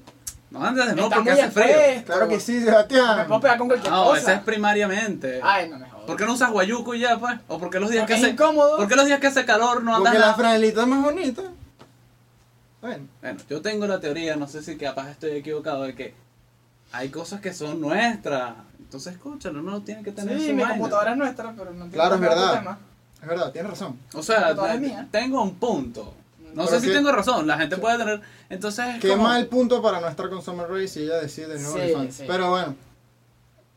Speaker 2: No andas desnudo
Speaker 3: Está
Speaker 2: porque
Speaker 3: muy
Speaker 2: hace frío.
Speaker 3: fresco.
Speaker 4: Claro que sí,
Speaker 3: Me
Speaker 4: Sebastián.
Speaker 3: puedo pegar con cualquier
Speaker 2: No,
Speaker 3: cosa.
Speaker 2: esa es primariamente.
Speaker 3: Ay, no me jodas.
Speaker 2: ¿Por qué no usas guayuco y ya, pues? ¿O por qué los días
Speaker 3: Porque
Speaker 2: que
Speaker 3: es
Speaker 2: hace...
Speaker 3: incómodo.
Speaker 2: ¿Por qué los días que hace calor no andas
Speaker 4: Porque la
Speaker 2: nada?
Speaker 4: franelita es más bonita. Bueno.
Speaker 2: Bueno, yo tengo la teoría, no sé si capaz estoy equivocado, de que hay cosas que son nuestras. Entonces, escúchalo, uno tiene que tener
Speaker 3: Sí,
Speaker 2: su
Speaker 3: mi
Speaker 2: vaina.
Speaker 3: computadora es nuestra, pero no
Speaker 4: Claro, es
Speaker 3: ningún otro
Speaker 4: verdad.
Speaker 3: tema.
Speaker 4: Es verdad, tienes razón.
Speaker 2: O sea,
Speaker 3: computadora es
Speaker 2: de-
Speaker 3: mía.
Speaker 2: tengo un punto. No
Speaker 4: Pero
Speaker 2: sé si
Speaker 4: que-
Speaker 2: tengo razón, la gente puede tener... Entonces, es
Speaker 4: Qué
Speaker 2: como-
Speaker 4: mal punto para no estar con Summer Rae si ella decide no
Speaker 3: Sí,
Speaker 4: OnlyFans.
Speaker 3: sí.
Speaker 4: Pero bueno,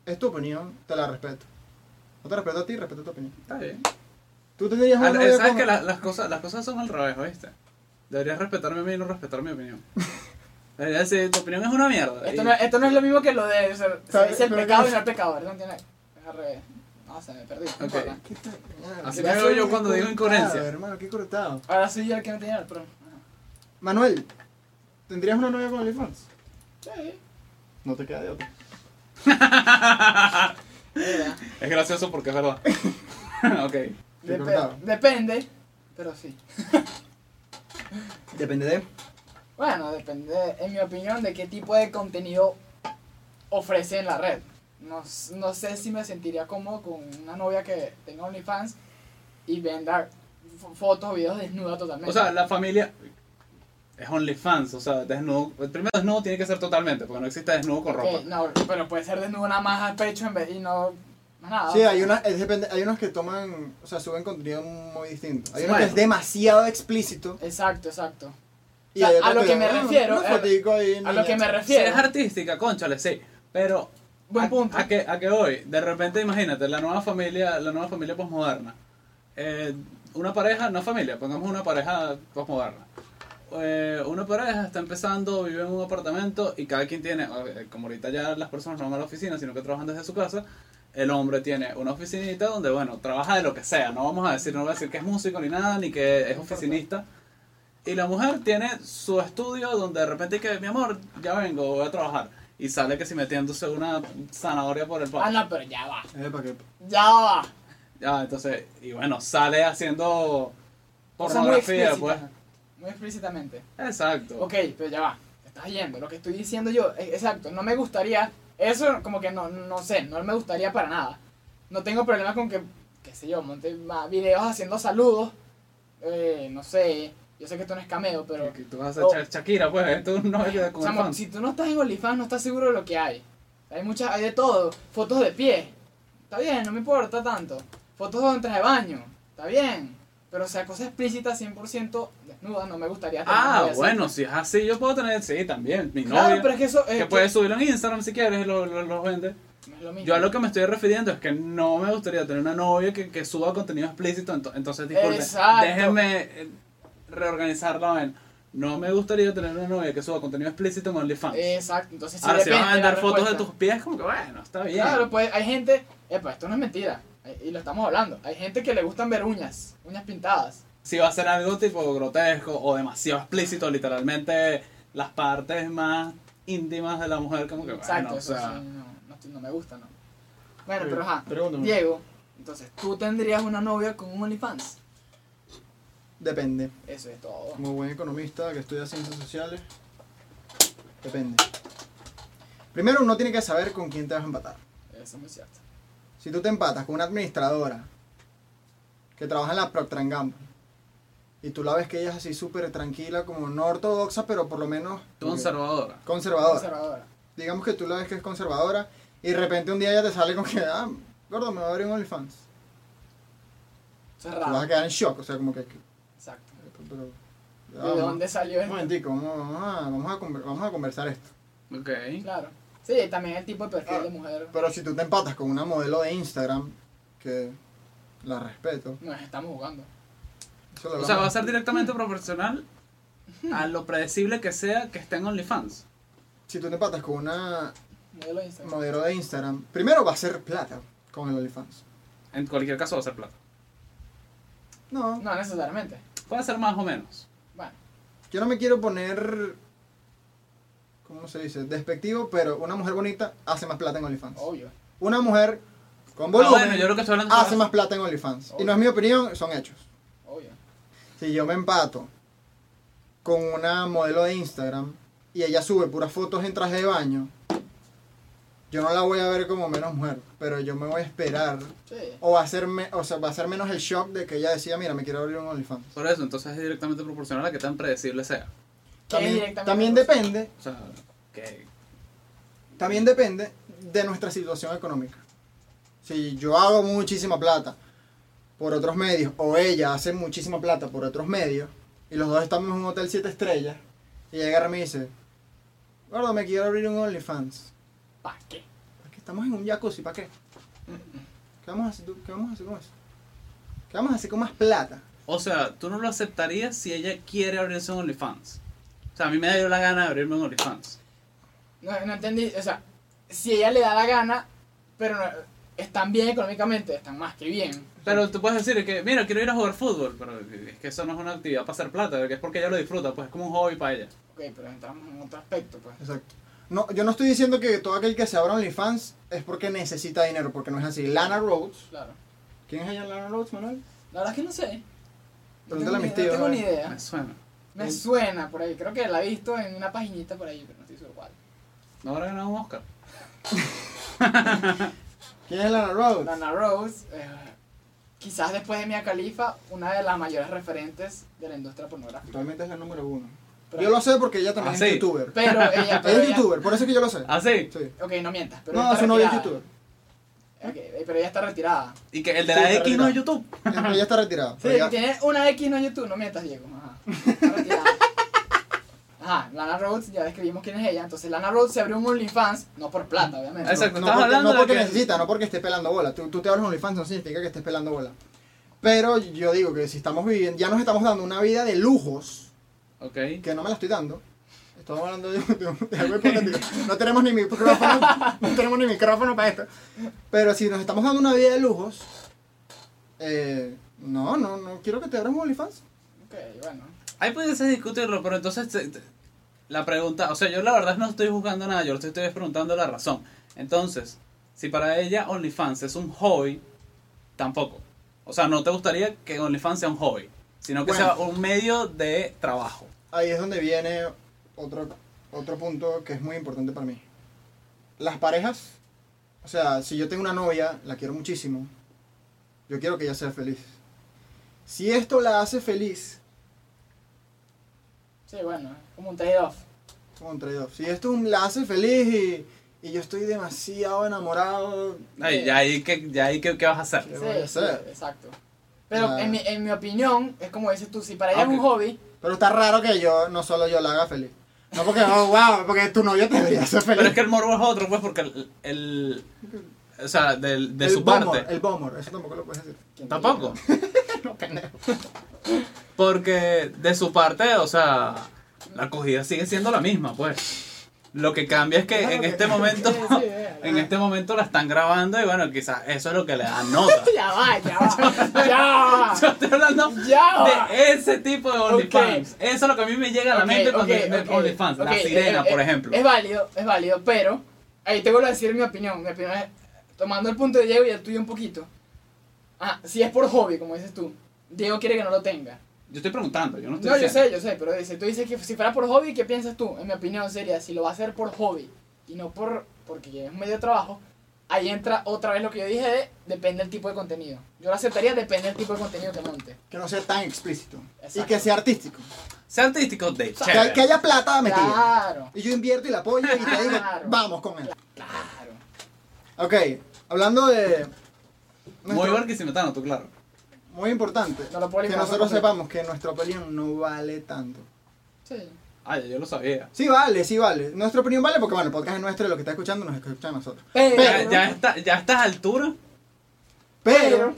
Speaker 4: es tu opinión, te la respeto. No te respeto a ti, respeto tu opinión.
Speaker 2: Está bien.
Speaker 4: Tú tendrías una
Speaker 2: Al-
Speaker 4: novia
Speaker 2: Ah, Sabes
Speaker 4: con-
Speaker 2: que la- las, cosas, las cosas son al revés, ¿oíste? Deberías respetarme a mí y no respetar mi opinión. Deberías decir, tu opinión es una mierda.
Speaker 3: Esto
Speaker 2: y-
Speaker 3: no, esto no es lo mismo que lo de. Se, se
Speaker 4: ¿Sabes?
Speaker 3: dice el
Speaker 4: Pero
Speaker 3: pecado
Speaker 4: que-
Speaker 3: y no el pecado. No entiende. Es al revés. No, se me perdí. no
Speaker 2: Ok.
Speaker 3: importa.
Speaker 4: ¿Qué tal? Mierda,
Speaker 2: Así
Speaker 4: qué
Speaker 2: me veo yo
Speaker 4: cortado,
Speaker 2: cuando digo incoherencia.
Speaker 4: hermano, qué cortado.
Speaker 3: Ahora soy yo el que no tenía el problema.
Speaker 4: Manuel, ¿tendrías una novia con OnlyFans?
Speaker 3: Sí.
Speaker 4: No te queda de otra.
Speaker 3: Mira,
Speaker 2: Es gracioso porque es verdad. ok.
Speaker 4: Te
Speaker 3: depe-
Speaker 4: cortaba.
Speaker 3: depende. Pero sí.
Speaker 4: Depende de.
Speaker 3: Bueno, depende, en mi opinión, de qué tipo de contenido ofrece en la red. No, s- no sé si me sentiría cómodo con una novia que tenga OnlyFans y venda fo- fotos o videos desnuda totalmente.
Speaker 2: O sea, la familia es OnlyFans, o sea, desnudo. El primer desnudo tiene que ser totalmente, porque no existe desnudo con
Speaker 3: Ok,
Speaker 2: ropa.
Speaker 3: no, pero puede ser desnudo nada más al pecho en vez, y no más
Speaker 2: Ah.
Speaker 3: nada.
Speaker 4: Sí, hay, una, es depende- hay unos que toman, o sea, suben contenido muy distinto. Hay uno
Speaker 2: Bueno.
Speaker 4: que es demasiado explícito.
Speaker 3: Exacto, exacto.
Speaker 4: Y
Speaker 3: O sea,
Speaker 4: hay
Speaker 3: a
Speaker 4: otro
Speaker 3: lo que me
Speaker 4: "Ah,
Speaker 3: refiero,
Speaker 4: una
Speaker 3: eh,
Speaker 4: fotico ahí,
Speaker 3: A
Speaker 4: niña".
Speaker 3: lo que me
Speaker 2: Si es
Speaker 3: refiero.
Speaker 2: artística, conchale, sí. Pero
Speaker 3: Buen
Speaker 2: a,
Speaker 3: punto.
Speaker 2: a que a que hoy, de repente imagínate, la nueva familia, la nueva familia posmoderna. Eh, una pareja, no familia, pongamos una pareja posmoderna. Eh, una pareja está empezando, vive en un apartamento y cada quien tiene, eh, como ahorita ya las personas no van a la oficina, sino que trabajan desde su casa, el hombre tiene una oficinita donde, bueno, trabaja de lo que sea, no vamos a decir, no voy a decir que es músico ni nada, ni que es oficinista. Y la mujer tiene su estudio donde de repente que, mi amor, ya vengo, voy a trabajar. Y sale que si metiéndose una zanahoria por el
Speaker 3: Ah,
Speaker 2: palo.
Speaker 3: no, pero ya va.
Speaker 4: Epa, que-
Speaker 3: Ya va.
Speaker 2: Ya, entonces, y bueno, sale haciendo
Speaker 3: Cosa muy
Speaker 2: pornografía, pues.
Speaker 3: explícita. Muy explícitamente.
Speaker 2: Exacto.
Speaker 3: Ok, pero ya va. Estás yendo. Lo que estoy diciendo yo, e- exacto, no me gustaría. Eso, como que no, no sé, no me gustaría para nada. No tengo problemas con que, qué sé yo, monte ma- videos haciendo saludos. eh, no sé, yo sé que esto no es cameo, pero.
Speaker 2: Que tú vas a
Speaker 3: Oh.
Speaker 2: echar Shakira, pues, ¿eh? tú no eres de como
Speaker 3: Chamo,
Speaker 2: fan.
Speaker 3: si tú no estás en OnlyFans, no estás seguro de lo que hay. Hay muchas, hay de todo. Fotos de pie. Está bien, no me importa tanto. Fotos de traje de baño. Está bien. Pero, o sea, cosa explícita 100% desnuda, no me gustaría. tener una
Speaker 2: Ah,
Speaker 3: novia así.
Speaker 2: bueno, si es así, yo puedo tener, sí, también, mi
Speaker 3: Claro,
Speaker 2: novia.
Speaker 3: pero es que eso. eh,
Speaker 2: que puedes subirlo en Instagram si quieres, lo, lo- lo vende.
Speaker 3: No es lo mismo.
Speaker 2: Yo a lo que me estoy refiriendo es que no me gustaría tener una novia que, que suba contenido explícito, ento- entonces disculpe,
Speaker 3: Exacto.
Speaker 2: déjenme eh, reorganizar la vaina. No me gustaría tener una novia que suba contenido explícito en OnlyFans.
Speaker 3: Exacto, entonces sí
Speaker 2: Ahora, si
Speaker 3: depende
Speaker 2: vas a
Speaker 3: la
Speaker 2: mandar fotos de
Speaker 3: respuesta.
Speaker 2: tus pies, como que bueno, está bien.
Speaker 3: Claro, pues hay gente. Epa, esto no es mentira. eh, Y lo estamos hablando. Hay gente que le gustan ver uñas, uñas pintadas.
Speaker 2: Si va a ser algo tipo grotesco o demasiado explícito, literalmente las partes más íntimas de la mujer, como que
Speaker 3: Exacto,
Speaker 2: bueno, o
Speaker 3: eso
Speaker 2: sea,
Speaker 3: sí, no, no, estoy- no me gusta, ¿no? Bueno,
Speaker 4: Oye,
Speaker 3: pero ajá.
Speaker 4: pregúntame.
Speaker 3: Diego, entonces, ¿tú tendrías una novia con un OnlyFans?
Speaker 4: Depende.
Speaker 3: Eso es todo.
Speaker 4: Como buen economista que estudia ciencias sociales, depende. Primero, uno tiene que saber con quién te vas a empatar.
Speaker 3: Eso es muy cierto.
Speaker 4: Si tú te empatas con una administradora que trabaja en la Procter Gamble y tú la ves que ella es así súper tranquila, como no ortodoxa, pero por lo menos
Speaker 2: Tú conservadora.
Speaker 4: conservadora.
Speaker 3: Conservadora.
Speaker 4: Digamos que tú la ves que es conservadora y de repente un día ella te sale con que, ah, gordo, me va a abrir un OnlyFans.
Speaker 3: Eso es
Speaker 4: Tú vas a
Speaker 3: raro.
Speaker 4: quedar en shock, o sea, como que...
Speaker 3: Exacto.
Speaker 4: pero-
Speaker 3: ¿De dónde salió
Speaker 4: Un
Speaker 3: esto?
Speaker 4: momentico, vamos, vamos a, vamos, a, conver- vamos a conversar esto.
Speaker 2: Ok.
Speaker 3: Claro. Sí, también el tipo de perfil de mujer.
Speaker 4: Pero si tú te empatas con una modelo de Instagram, que la respeto,
Speaker 3: Nos estamos jugando.
Speaker 4: eso lo
Speaker 2: O sea, va a
Speaker 4: hablamos.
Speaker 2: ser directamente proporcional a lo predecible que sea que esté en OnlyFans.
Speaker 4: Si tú te empatas con una
Speaker 3: Modelo de Instagram.
Speaker 4: modelo de Instagram, primero va a ser plata con el OnlyFans.
Speaker 2: En cualquier caso va a ser plata.
Speaker 4: No,
Speaker 3: No necesariamente.
Speaker 2: Puede ser más o menos.
Speaker 3: Bueno,
Speaker 4: yo no me quiero poner, ¿cómo se dice? Despectivo, pero una mujer bonita hace más plata en OnlyFans.
Speaker 3: obvio.
Speaker 4: Una mujer con
Speaker 2: Oh. Ah,
Speaker 4: volumen
Speaker 2: bueno, yo creo que estoy hablando
Speaker 4: hace más plata en OnlyFans. Y no es mi opinión, son hechos.
Speaker 3: Obvio.
Speaker 4: Si yo me empato con una modelo de Instagram y ella sube puras fotos en traje de baño, yo no la voy a ver como menos mujer, pero yo me voy a esperar.
Speaker 3: Sí.
Speaker 4: O va a ser, me- o sea, va a ser menos el shock de que ella decía, mira, me quiero abrir un OnlyFans.
Speaker 2: Por eso, entonces es directamente proporcional a que tan predecible sea.
Speaker 4: También,
Speaker 3: directamente
Speaker 4: también
Speaker 3: lo hace.
Speaker 4: depende,
Speaker 2: O sea, que
Speaker 4: también depende de nuestra situación económica. Si yo hago muchísima plata por otros medios, o ella hace muchísima plata por otros medios, y los dos estamos en un hotel 7 estrellas, y ella agarra y me dice, gordo, me quiero abrir un OnlyFans.
Speaker 3: ¿Para qué?
Speaker 4: Aquí estamos en un jacuzzi, ¿para qué? ¿Qué vamos a hacer, tú? ¿Qué vamos a hacer con eso? ¿Qué vamos a hacer con más plata?
Speaker 2: O sea, tú no lo aceptarías si ella quiere abrirse un OnlyFans. O sea, a mí me dio la gana de abrirme un OnlyFans.
Speaker 3: No, no entendí. O sea, si ella le da la gana, pero no- están bien económicamente, están más que bien.
Speaker 2: Pero tú puedes decir que, mira, quiero ir a jugar fútbol, pero es que eso no es una actividad para hacer plata, que es porque ella lo disfruta, pues es como un hobby para ella.
Speaker 3: Ok, pero entramos en otro aspecto, pues.
Speaker 4: Exacto. No, yo no estoy diciendo que todo aquel que se abra OnlyFans es porque necesita dinero, porque no es así. Lana Rhodes.
Speaker 3: Claro.
Speaker 4: ¿Quién es ella Lana Rhodes, Manuel?
Speaker 3: La verdad es que no sé. No
Speaker 4: Pregúntale
Speaker 3: tengo,
Speaker 4: a
Speaker 3: ni-
Speaker 4: mis
Speaker 3: no
Speaker 4: tíos,
Speaker 3: tengo
Speaker 4: a
Speaker 3: ni
Speaker 4: ver.
Speaker 3: idea.
Speaker 2: Me suena.
Speaker 3: Me suena por ahí. Creo que la he visto en una paginita por ahí, pero no estoy seguro cuál.
Speaker 2: ¿No habrá ganado un Oscar?
Speaker 4: ¿Quién es Lana Rhodes?
Speaker 3: Lana Rose, eh, quizás después de Mia Khalifa, una de las mayores referentes de la industria pornográfica.
Speaker 4: Actualmente es la número uno.
Speaker 3: Pero,
Speaker 4: yo lo sé porque ella también
Speaker 2: Ah,
Speaker 4: es
Speaker 2: sí.
Speaker 4: youtuber.
Speaker 3: Pero ella, pero
Speaker 4: es
Speaker 3: ella-
Speaker 4: youtuber, por eso es que yo lo sé.
Speaker 2: ¿Ah, sí?
Speaker 4: Sí.
Speaker 3: Ok, no mientas. Pero
Speaker 4: No,
Speaker 3: ella
Speaker 4: su
Speaker 3: está
Speaker 4: novio es
Speaker 3: retirada.
Speaker 4: youtuber.
Speaker 3: Ok, eh, pero ella está retirada.
Speaker 2: Y que el de
Speaker 4: Sí,
Speaker 2: la
Speaker 4: está
Speaker 2: X no es
Speaker 4: retirado.
Speaker 2: YouTube.
Speaker 4: Pero ella está retirada.
Speaker 3: Sí,
Speaker 4: pero ella-
Speaker 3: tiene una X no en YouTube, no mientas, Diego. Ajá. Está retirada. Ajá, Lana Rhodes, ya describimos quién es ella. Entonces, Lana Rhodes se abrió un OnlyFans, no por plata, obviamente.
Speaker 2: Ah, Exacto.
Speaker 4: No,
Speaker 2: estás
Speaker 4: porque,
Speaker 2: hablando
Speaker 4: no
Speaker 2: de
Speaker 4: porque
Speaker 2: que-
Speaker 4: necesita, no porque esté pelando bola. Tú, tú te hablas OnlyFans no significa que estés pelando bola. Pero yo digo que si estamos viviendo, ya nos estamos dando una vida de lujos,
Speaker 2: Ok.
Speaker 4: que no me la estoy dando. Estamos hablando de, de- de algo hipotético. No tenemos ni micrófono, no tenemos ni micrófono para esto. Pero si nos estamos dando una vida de lujos, eh, no, no, no quiero que te abras un OnlyFans.
Speaker 3: Ok, bueno.
Speaker 2: Ahí pudiese discutirlo, pero entonces te- te- la pregunta, o sea, yo la verdad no estoy juzgando nada, yo te estoy preguntando la razón. Entonces, si para ella OnlyFans es un hobby, tampoco. O sea, no te gustaría que OnlyFans sea un hobby, sino que
Speaker 4: Bueno.
Speaker 2: sea un medio de trabajo.
Speaker 4: Ahí es donde viene otro, otro punto que es muy importante para mí. Las parejas, o sea, si yo tengo una novia, la quiero muchísimo, yo quiero que ella sea feliz. Si esto la hace feliz,
Speaker 3: Sí, bueno, es como un trade-off.
Speaker 4: como un trade-off, si esto la hace feliz y, y yo estoy demasiado enamorado,
Speaker 2: Ay, ya ahí, que, ya ahí que, ¿qué vas a
Speaker 4: ¿qué
Speaker 2: hacer?
Speaker 4: voy
Speaker 3: Sí,
Speaker 4: a
Speaker 3: sí,
Speaker 4: hacer?
Speaker 3: exacto. Pero
Speaker 4: Ah.
Speaker 3: en, mi, en mi opinión, es como dices tú, si para ella
Speaker 2: Ah, Ok.
Speaker 3: es un hobby,
Speaker 4: Pero está raro que yo, no solo yo la haga feliz. No porque, oh, wow, porque tu novio te debería hacer feliz.
Speaker 2: Pero es que el morbo es otro, pues, porque el... el- o sea, del- de
Speaker 4: el
Speaker 2: su
Speaker 4: bomor,
Speaker 2: parte.
Speaker 4: El bomor, eso tampoco lo puedes decir.
Speaker 3: ¿quién te
Speaker 2: Tampoco.
Speaker 4: No, pendejo.
Speaker 2: Porque de su parte, o sea, la acogida sigue siendo la misma, pues. Lo que cambia es que
Speaker 4: Claro
Speaker 2: en
Speaker 4: que-
Speaker 2: este momento,
Speaker 3: Sí, sí, eh,
Speaker 2: en este momento la están grabando y bueno, quizás eso es lo que le da nota.
Speaker 3: Ya va, ya va. ya
Speaker 2: Yo estoy hablando
Speaker 3: Ya va.
Speaker 2: de ese tipo de OnlyFans. Eso es lo que a mí me llega a
Speaker 3: va.
Speaker 2: la mente
Speaker 3: Ok,
Speaker 2: cuando
Speaker 3: ok,
Speaker 2: me-
Speaker 3: ok,
Speaker 2: OnlyFans.
Speaker 3: ok,
Speaker 2: la sirena,
Speaker 3: eh,
Speaker 2: por
Speaker 3: eh,
Speaker 2: ejemplo.
Speaker 3: Es válido, es válido, pero ahí te vuelvo a decir mi opinión. Mi opinión es, tomando el punto de Diego y el tuyo un poquito. Ah, si es por hobby, como dices tú, Diego quiere que no lo tenga.
Speaker 2: Yo estoy preguntando, yo no estoy
Speaker 3: No, yo
Speaker 2: diciendo.
Speaker 3: sé, yo sé, pero dice, tú dices que si fuera por hobby, ¿qué piensas tú? En mi opinión sería, si lo va a hacer por hobby y no por, porque es un medio de trabajo, ahí entra otra vez lo que yo dije de, depende del tipo de contenido. Yo lo aceptaría, depende del tipo de contenido que monte.
Speaker 4: Que no sea tan explícito. Y
Speaker 3: Exacto.
Speaker 4: que sea artístico.
Speaker 2: Sea artístico de
Speaker 4: Que- Que,
Speaker 2: chévere.
Speaker 4: haya plata metida.
Speaker 3: Claro,
Speaker 4: Y yo invierto y la apoyo y te digo,
Speaker 3: Claro.
Speaker 4: vamos con él.
Speaker 3: claro.
Speaker 4: Ok, hablando de...
Speaker 2: Muy
Speaker 4: nuestro-
Speaker 2: barquisimetano, tú claro.
Speaker 4: muy importante.
Speaker 3: No lo puedo
Speaker 4: que
Speaker 3: eliminar
Speaker 4: nosotros
Speaker 3: por completo.
Speaker 4: sepamos que nuestra opinión no vale tanto.
Speaker 3: Sí.
Speaker 2: Ah, ya yo lo sabía.
Speaker 4: Sí vale, sí vale. Nuestra opinión vale porque, bueno, el podcast es nuestro y lo que está escuchando nos escucha a nosotros.
Speaker 3: Pero,
Speaker 2: Ya, ya, está, ya a estas alturas,
Speaker 4: Pero,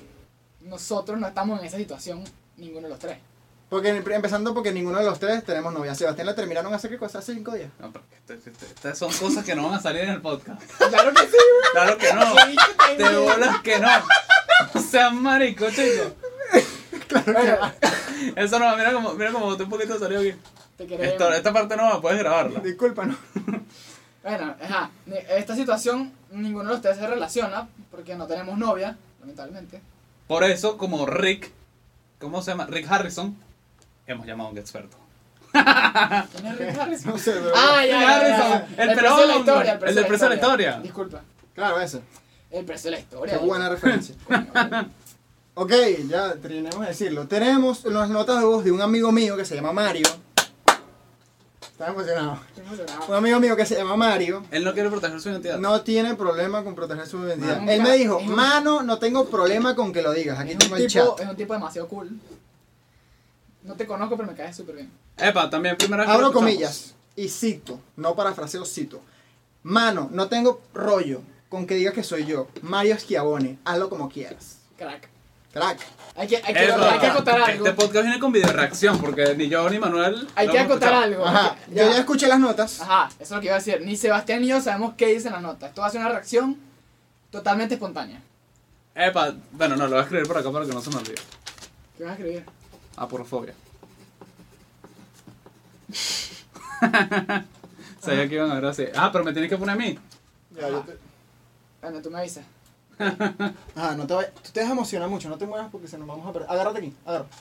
Speaker 3: nosotros no estamos en esa situación, ninguno de los tres.
Speaker 4: porque en- empezando porque ninguno de los tres tenemos novia. Sebastián la terminaron hace qué cosa, hace cinco días.
Speaker 2: No, pero este- este- este- estas son cosas que no van a salir en el podcast.
Speaker 3: Claro que sí,
Speaker 2: Claro que no.
Speaker 3: güey, que te-
Speaker 2: De bolas que no. O sea, marico, chico.
Speaker 3: Bueno,
Speaker 2: Eso no, mira como, mira como boté un poquito de salió aquí.
Speaker 3: te queremos.
Speaker 2: Esto, esta parte no va, puedes grabarla.
Speaker 4: Disculpa, no.
Speaker 3: Bueno, ajá, ni- esta situación ninguno de ustedes se relaciona porque no tenemos novia, lamentablemente.
Speaker 2: Por eso, como Rick, ¿cómo se llama? Rick Harrison, hemos llamado a un experto.
Speaker 3: ¿Quién es Rick Harrison?
Speaker 4: No sé, pero...
Speaker 3: Ah, ya, ya, ya, ya.
Speaker 2: Harrison, el
Speaker 3: precio de la
Speaker 2: pelón,
Speaker 3: historia,
Speaker 2: el del precio de la historia.
Speaker 3: Disculpa,
Speaker 4: Claro, eso.
Speaker 3: el precio de la historia.
Speaker 4: Qué buena referencia.
Speaker 3: Coño,
Speaker 4: Ok, ya tenemos que decirlo. Tenemos las notas de voz de un amigo mío que se llama Mario. Está emocionado.
Speaker 3: estoy emocionado.
Speaker 4: Un amigo mío que se llama Mario
Speaker 2: Él no quiere proteger su identidad.
Speaker 4: no tiene problema con proteger su identidad.
Speaker 3: Nunca.
Speaker 4: Él me dijo,
Speaker 3: Es un-
Speaker 4: mano, no tengo problema con que lo digas. Aquí
Speaker 3: Es
Speaker 4: tengo
Speaker 3: un,
Speaker 4: el chat.
Speaker 3: tipo, es un tipo demasiado cool. No te conozco, pero me caes súper bien.
Speaker 2: Epa, también primera vez que lo
Speaker 4: Abro
Speaker 2: escuchamos.
Speaker 4: comillas y cito, no parafraseo, cito. Mano, no tengo rollo con que digas que soy yo. Mario Schiavone, hazlo como quieras.
Speaker 3: Crack.
Speaker 4: Crack.
Speaker 3: Hay que, hay que,
Speaker 2: Epa,
Speaker 3: hay que acotar algo.
Speaker 2: Este podcast viene con video reacción porque ni yo ni Manuel.
Speaker 3: Hay
Speaker 2: lo
Speaker 3: que
Speaker 2: hemos
Speaker 3: acotar
Speaker 2: escuchado.
Speaker 3: algo.
Speaker 4: Ajá,
Speaker 3: hay que-
Speaker 4: yo ya escuché las notas.
Speaker 3: Ajá, eso es lo que iba a decir. Ni Sebastián ni yo sabemos qué dice la nota. Esto va a ser una reacción totalmente espontánea.
Speaker 2: Epa, bueno, no, lo voy a escribir por acá para que no se me olvide.
Speaker 3: ¿Qué vas a escribir?
Speaker 2: Aporofobia. Sabía que iban a ver así. Ah, pero me tienes que poner a mí.
Speaker 4: Ya, yo te-
Speaker 3: Bueno, tú me avisas.
Speaker 4: Ajá, no te vayas. Tú te dejas emocionar mucho, no te muevas porque se nos vamos a perder. Agárrate aquí, agárrate.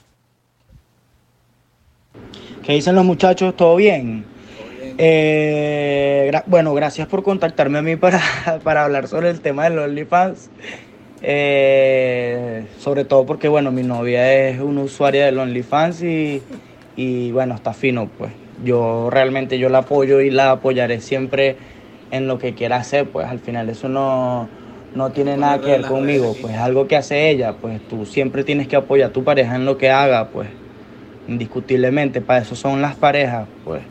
Speaker 1: ¿Qué dicen los muchachos? ¿Todo bien? Eh, gra- bueno, gracias por contactarme a mí para, para hablar sobre el tema de los OnlyFans. Eh, sobre todo porque, bueno, mi novia es una usuaria del OnlyFans y, y, bueno, está fino, pues. Yo realmente yo la apoyo y la apoyaré siempre en lo que quiera hacer, pues al final eso no, no tiene nada que ver conmigo, pues es algo que hace ella, pues tú siempre tienes que apoyar a tu pareja en lo que haga, pues indiscutiblemente, para eso son las parejas, pues.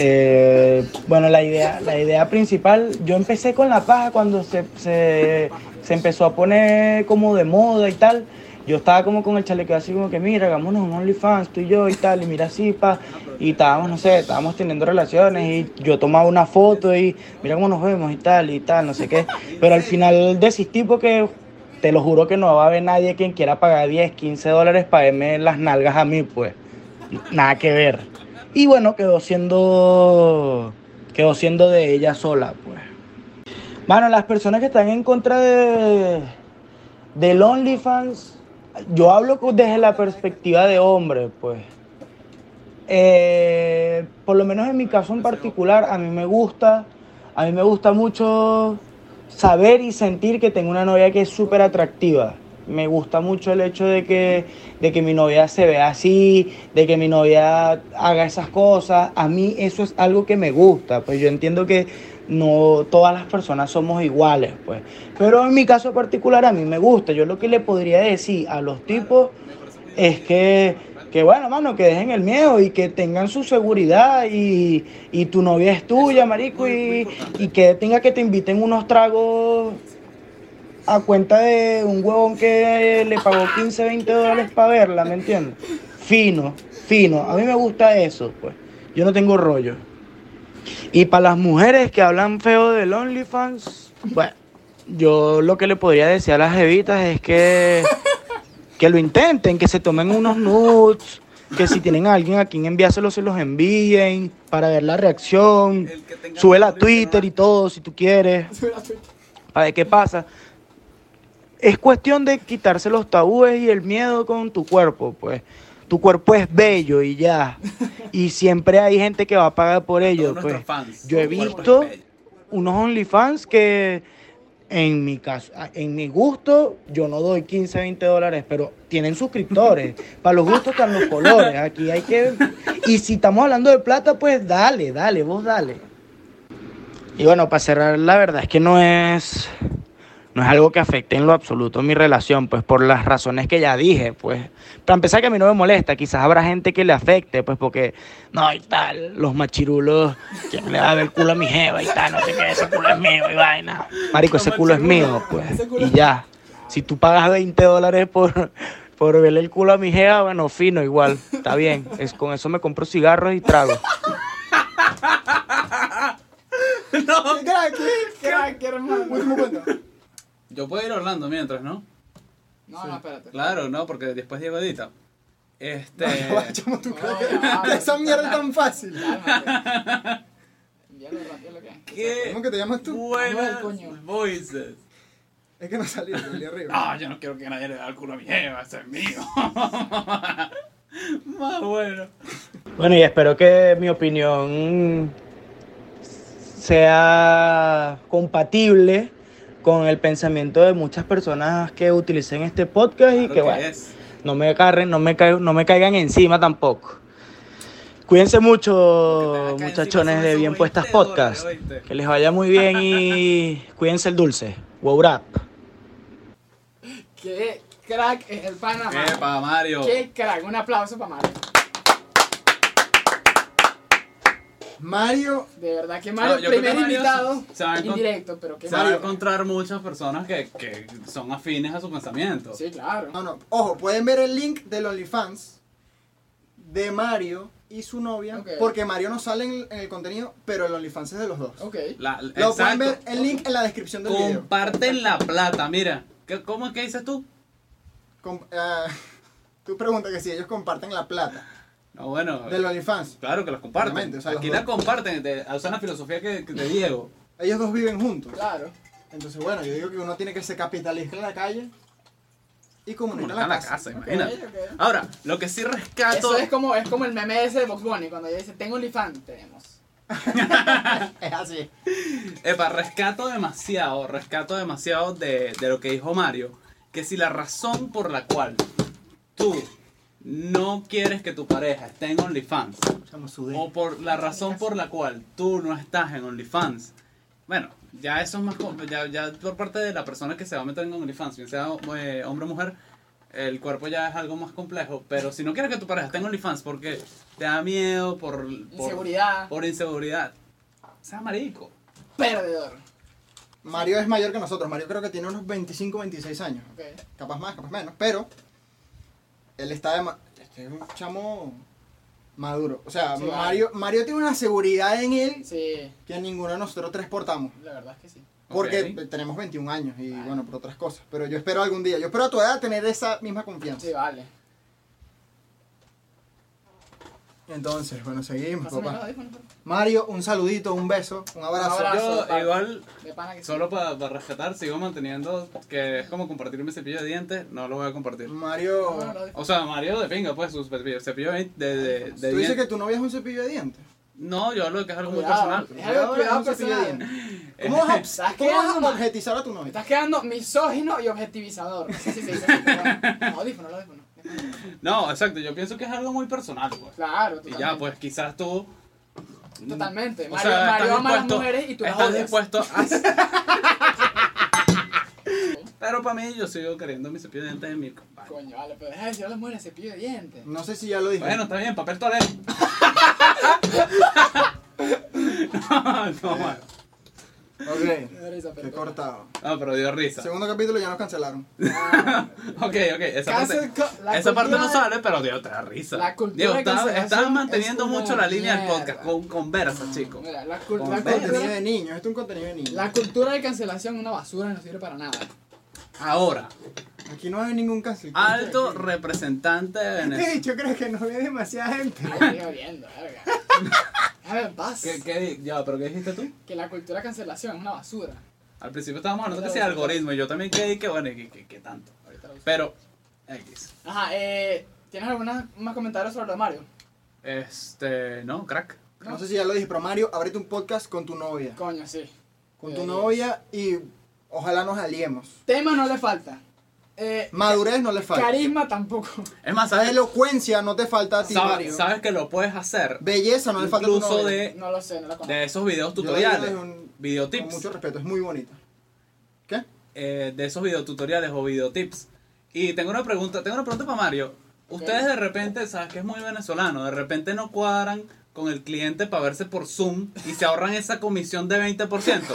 Speaker 1: Eh, bueno, la idea, la idea principal, yo empecé con la paja cuando se, se, se empezó a poner como de moda y tal. Yo estaba como con el chaleco así como que mira, hagámonos un OnlyFans, tú y yo y tal, y mira así, pa. Y estábamos, no sé, estábamos teniendo relaciones y yo tomaba una foto y mira cómo nos vemos y tal, y tal, no sé qué. Pero al final desistí porque te lo juro que no va a haber nadie quien quiera pagar 10, 15 dólares para verme las nalgas a mí, pues. Nada que ver. Y bueno, quedó siendo. Quedó siendo de ella sola, pues. Bueno, las personas que están en contra de. Del OnlyFans. Yo hablo co- desde la perspectiva de hombre, pues. Eh, por lo menos en mi caso en particular, a mí me gusta. A mí me gusta mucho saber y sentir que tengo una novia que es súper atractiva. Me gusta mucho el hecho de que, de que mi novia se vea así, de que mi novia haga esas cosas. A mí eso es algo que me gusta. Pues yo entiendo que no todas las personas somos iguales, pues. Pero en mi caso particular a mí me gusta. Yo lo que le podría decir a los tipos es que, que bueno, mano, que dejen el miedo y que tengan su seguridad y, y tu novia es tuya, marico, y, y que tenga que te inviten unos tragos a cuenta de un huevón que le pagó 15, 20 dólares para verla, ¿me entiendes? Fino, fino. A mí me gusta eso, pues. Yo no tengo rollo. Y para las mujeres que hablan feo del OnlyFans, bueno, yo lo que le podría decir a las evitas es que que lo intenten, que se tomen unos nudes, que si tienen a alguien a quien enviárselos, se los envíen para ver la reacción.
Speaker 2: El que tenga
Speaker 1: Súbela a
Speaker 2: novio que
Speaker 1: Twitter
Speaker 2: no-
Speaker 1: y todo si tú quieres, para ver qué pasa. Es cuestión de quitarse los tabúes y el miedo con tu cuerpo, pues. tu cuerpo es bello y ya. Y siempre hay gente que va a pagar por ello.
Speaker 2: Todos
Speaker 1: Pues.
Speaker 2: nuestros fans.
Speaker 1: Yo he
Speaker 2: Su cuerpo
Speaker 1: visto
Speaker 2: es bello.
Speaker 1: unos OnlyFans que en mi caso, en mi gusto, yo no doy 15, 20 dólares, pero tienen suscriptores. Para los gustos están los colores. Aquí hay que. Y si estamos hablando de plata, pues dale, dale, vos dale. Y bueno, para cerrar, la verdad es que no es. No es algo que afecte en lo absoluto mi relación, pues por las razones que ya dije, pues. Para empezar, que a mí no me molesta, quizás habrá gente que le afecte, pues porque, no, y tal, los machirulos, ¿quién le va a ver el culo a mi jeva y tal? No sé qué, ese culo es mío y vaina. Marico,
Speaker 2: Los
Speaker 1: ese culo es
Speaker 2: machirulos,
Speaker 1: mío, pues.
Speaker 3: ese culo
Speaker 1: Y
Speaker 3: es-
Speaker 1: ya. Si tú pagas 20 dólares por, por verle el culo a mi jeva, bueno, fino, igual, está bien. Es, con eso me compro cigarros y trago.
Speaker 4: ¡Qué Eh, crack! qué crack!
Speaker 3: Crack, hermano.
Speaker 4: Último cuento.
Speaker 2: Yo puedo ir a Orlando mientras, ¿no?
Speaker 3: No, no, espérate.
Speaker 2: Claro, no, porque después Diego edita. Este.
Speaker 4: Ya va, chamo, tú crees que-
Speaker 3: No, ya va.
Speaker 4: esa mierda es tan fácil.
Speaker 3: Cálmate. Envíalo rápido lo que es.
Speaker 2: ¿Qué
Speaker 4: ¿Cómo que te llamas tú?
Speaker 2: buenas
Speaker 3: Manuel, coño.
Speaker 2: voices?
Speaker 4: Es que no salí, salí arriba.
Speaker 2: Ah, yo no quiero que nadie le dé el culo a mi jeva, ese es mío. Más bueno.
Speaker 1: Bueno, y espero que mi opinión sea compatible con el pensamiento de muchas personas que utilicen este podcast y
Speaker 2: Claro
Speaker 1: que, bueno,
Speaker 2: es. Ah,
Speaker 1: no me agarren, no me, ca- no me caigan encima tampoco. Cuídense mucho,
Speaker 2: Porque te van a caer encima,
Speaker 1: muchachones
Speaker 2: son
Speaker 1: de
Speaker 2: esos
Speaker 1: Bien
Speaker 2: 20
Speaker 1: Puestas
Speaker 2: dólares,
Speaker 1: Podcast.
Speaker 2: 20.
Speaker 1: Que les vaya muy bien y cuídense el dulce. Wow, rap.
Speaker 3: Qué crack es el Panamá.
Speaker 2: Epa, Mario.
Speaker 3: Qué crack. Un aplauso para Mario.
Speaker 4: Mario,
Speaker 3: De verdad que
Speaker 2: No,
Speaker 3: Mario,
Speaker 2: yo creo
Speaker 3: primer
Speaker 2: que Mario
Speaker 3: invitado
Speaker 2: se va a encont-
Speaker 3: indirecto, pero que
Speaker 2: Se van a
Speaker 3: Mario.
Speaker 2: encontrar muchas personas que, que son afines a su pensamiento.
Speaker 3: Sí, claro.
Speaker 4: no, no. Ojo, pueden ver el link del OnlyFans de Mario y su novia.
Speaker 3: Ok.
Speaker 4: Porque Mario no sale en, en el contenido, pero el OnlyFans es de los dos.
Speaker 3: Ok.
Speaker 2: La-
Speaker 4: Lo
Speaker 2: exacto.
Speaker 4: pueden ver el link en la descripción del video.
Speaker 2: Comparten la plata, mira. ¿Qué, ¿Cómo es que dices tú?
Speaker 4: Com- ah, tú preguntas que si ellos comparten la plata
Speaker 2: No, bueno.
Speaker 4: del OnlyFans.
Speaker 2: Claro que las comparten.
Speaker 4: Obviamente, o sea,
Speaker 2: Aquí
Speaker 4: los
Speaker 2: la
Speaker 4: dos.
Speaker 2: comparten. De, o sea, la filosofía que, que de Diego.
Speaker 4: Ellos dos viven juntos.
Speaker 3: Claro.
Speaker 4: Entonces, bueno, yo digo que uno tiene que se capitalizar en la calle y comunicar
Speaker 2: Montar
Speaker 4: en
Speaker 2: la
Speaker 4: la casa.
Speaker 2: casa, imagínate.
Speaker 3: Ok, ok.
Speaker 2: Ahora, lo que sí rescato.
Speaker 3: Eso es como, es como el meme ese de Box Bunny, cuando ella dice, tengo OnlyFans, tenemos.
Speaker 4: Es así.
Speaker 2: Epa, rescato demasiado, rescato demasiado de, de lo que dijo Mario. Que si la razón por la cual tú no quieres que tu pareja esté en OnlyFans,
Speaker 4: Chamo, sudé.
Speaker 2: o por la razón por la cual tú no estás en OnlyFans, bueno, ya eso es más. com- Ya, ya por parte de la persona que se va a meter en OnlyFans, bien sea eh, hombre o mujer, el cuerpo ya es algo más complejo. Pero si no quieres que tu pareja esté en OnlyFans porque te da miedo, por. por-
Speaker 3: Inseguridad,
Speaker 2: Por inseguridad. Sea marico.
Speaker 3: perdedor.
Speaker 4: Mario es mayor que nosotros. Mario creo que tiene unos 25, 26 años.
Speaker 3: Ok.
Speaker 4: Capaz más, capaz menos. Pero él está de ma- este es un chamo maduro. O sea,
Speaker 3: Sí, vale.
Speaker 4: Mario, Mario tiene una seguridad en él
Speaker 3: Sí,
Speaker 4: que ninguno de nosotros tres portamos.
Speaker 3: la verdad es que sí.
Speaker 4: Porque
Speaker 2: Ok.
Speaker 4: tenemos 21 años y
Speaker 3: Vale.
Speaker 4: bueno, por otras cosas. Pero yo espero algún día, yo espero a tu edad tener esa misma confianza.
Speaker 3: Sí, vale.
Speaker 4: Entonces, bueno, seguimos,
Speaker 3: Pásame los
Speaker 4: papá.
Speaker 3: audífonos, por
Speaker 4: Mario, un saludito, un beso, un abrazo.
Speaker 3: Un
Speaker 2: Yo
Speaker 3: abrazo. Paco.
Speaker 2: igual,
Speaker 3: favor. De pana que sí.
Speaker 2: solo para rescatar, sigo manteniendo que es como compartir mi cepillo de dientes, no lo voy a
Speaker 3: Mm.
Speaker 2: compartir.
Speaker 4: Mario,
Speaker 3: No, no, los audífonos.
Speaker 2: O sea, Mario de pinga, pues, su cepillo, cepillo de, de, de- de
Speaker 4: tú dices que
Speaker 2: dientes.
Speaker 4: tu novia es un cepillo de dientes.
Speaker 2: No, yo hablo de que es algo muy
Speaker 3: Cuidado,
Speaker 2: personal.
Speaker 3: es algo
Speaker 4: Ahora es
Speaker 3: cuidado
Speaker 4: un cepillo de
Speaker 3: personal.
Speaker 4: ¿Cómo vas a,
Speaker 3: ¿Sabes
Speaker 4: cómo
Speaker 3: qué?
Speaker 4: vas a objetizar a tu novia?
Speaker 3: Estás quedando misógino y objetivizador. No sé si se dice así, pero bueno. Audífono, el audífono.
Speaker 2: No, exacto, yo pienso que es algo muy personal, pues.
Speaker 3: Claro,
Speaker 2: Y
Speaker 3: totalmente.
Speaker 2: ya, pues, quizás tú... Mm.
Speaker 3: Totalmente.
Speaker 2: O
Speaker 3: Mario,
Speaker 2: sea, estás
Speaker 3: Mario ama a las
Speaker 2: dispuesto-
Speaker 3: mujeres y tú las
Speaker 2: Estás
Speaker 3: odias.
Speaker 2: dispuesto a... Pero para mí, yo sigo queriendo mi cepillo de dientes de mi compadre.
Speaker 3: Coño, vale, pero deja de decir a las mujeres cepillo de dientes.
Speaker 4: No sé si ya lo dije.
Speaker 2: Bueno, está bien, papel toalé. no, no, bueno.
Speaker 4: ok.
Speaker 3: Me da risa, pero-
Speaker 4: Qué cortado.
Speaker 2: No, pero dio risa.
Speaker 4: Segundo capítulo ya nos cancelaron.
Speaker 3: Ah,
Speaker 2: Ok, ok, esa
Speaker 3: cancel
Speaker 2: parte,
Speaker 3: cu- la
Speaker 2: esa parte no
Speaker 3: cultura-
Speaker 2: sale, pero dio otra risa.
Speaker 3: la cultura
Speaker 2: Digo,
Speaker 3: de
Speaker 2: está-
Speaker 3: cancelación
Speaker 2: están manteniendo
Speaker 3: es una
Speaker 2: mucho la línea del podcast
Speaker 3: mierda.
Speaker 2: con conversa, chicos.
Speaker 3: Mira, la, cul-
Speaker 2: Con
Speaker 3: la
Speaker 2: Ve.
Speaker 4: Contenido
Speaker 3: cultura,
Speaker 4: de niños, esto es un contenido de niños.
Speaker 3: la cultura de cancelación es una basura, no sirve para nada.
Speaker 2: Ahora,
Speaker 4: Aquí no hay ningún cancel.
Speaker 2: alto
Speaker 4: ¿Qué
Speaker 2: representante de
Speaker 4: he
Speaker 2: Venezuela.
Speaker 4: dicho? Creo que no había demasiada gente.
Speaker 3: Ay, estoy oliendo, verga. Déjame en paz.
Speaker 2: ¿Qué, qué, di- ya, ¿Pero qué dijiste tú?
Speaker 3: Que la cultura de cancelación es una basura.
Speaker 2: Al principio estábamos hablando que sí, algoritmo. y Yo también creí que, bueno, que, que- que tanto.
Speaker 3: Ahorita lo uso.
Speaker 2: Pero, X.
Speaker 3: Ajá, eh, ¿Tienes alguna más comentarios sobre lo de Mario?
Speaker 2: Este, no, crack.
Speaker 4: No sé si ya lo dije, pero Mario, abrete un podcast con tu novia.
Speaker 3: Coño, sí.
Speaker 4: Con tu novia y ojalá nos aliemos.
Speaker 3: Tema no le falta. Eh,
Speaker 4: Madurez no le falta.
Speaker 3: Carisma tampoco.
Speaker 2: Es más,
Speaker 4: Esa
Speaker 2: ¿sabes,
Speaker 4: elocuencia no te falta a ti, Mario.
Speaker 2: sabes, sabes que lo puedes hacer
Speaker 4: Belleza no le falta a tu
Speaker 2: incluso
Speaker 4: novia.
Speaker 2: de,
Speaker 3: No lo sé, no la conozco.
Speaker 2: de esos videos
Speaker 4: Yo la
Speaker 2: tutoriales,
Speaker 4: digo desde un- Con
Speaker 2: videotips,
Speaker 4: mucho respeto, es muy bonita. ¿Qué?
Speaker 2: eh, de esos videotutoriales o videotips. Y tengo una pregunta, tengo una pregunta para Mario. Ustedes de repente, sabes que es muy venezolano, de repente no cuadran con el cliente para verse por Zoom y se ahorran esa comisión de 20%.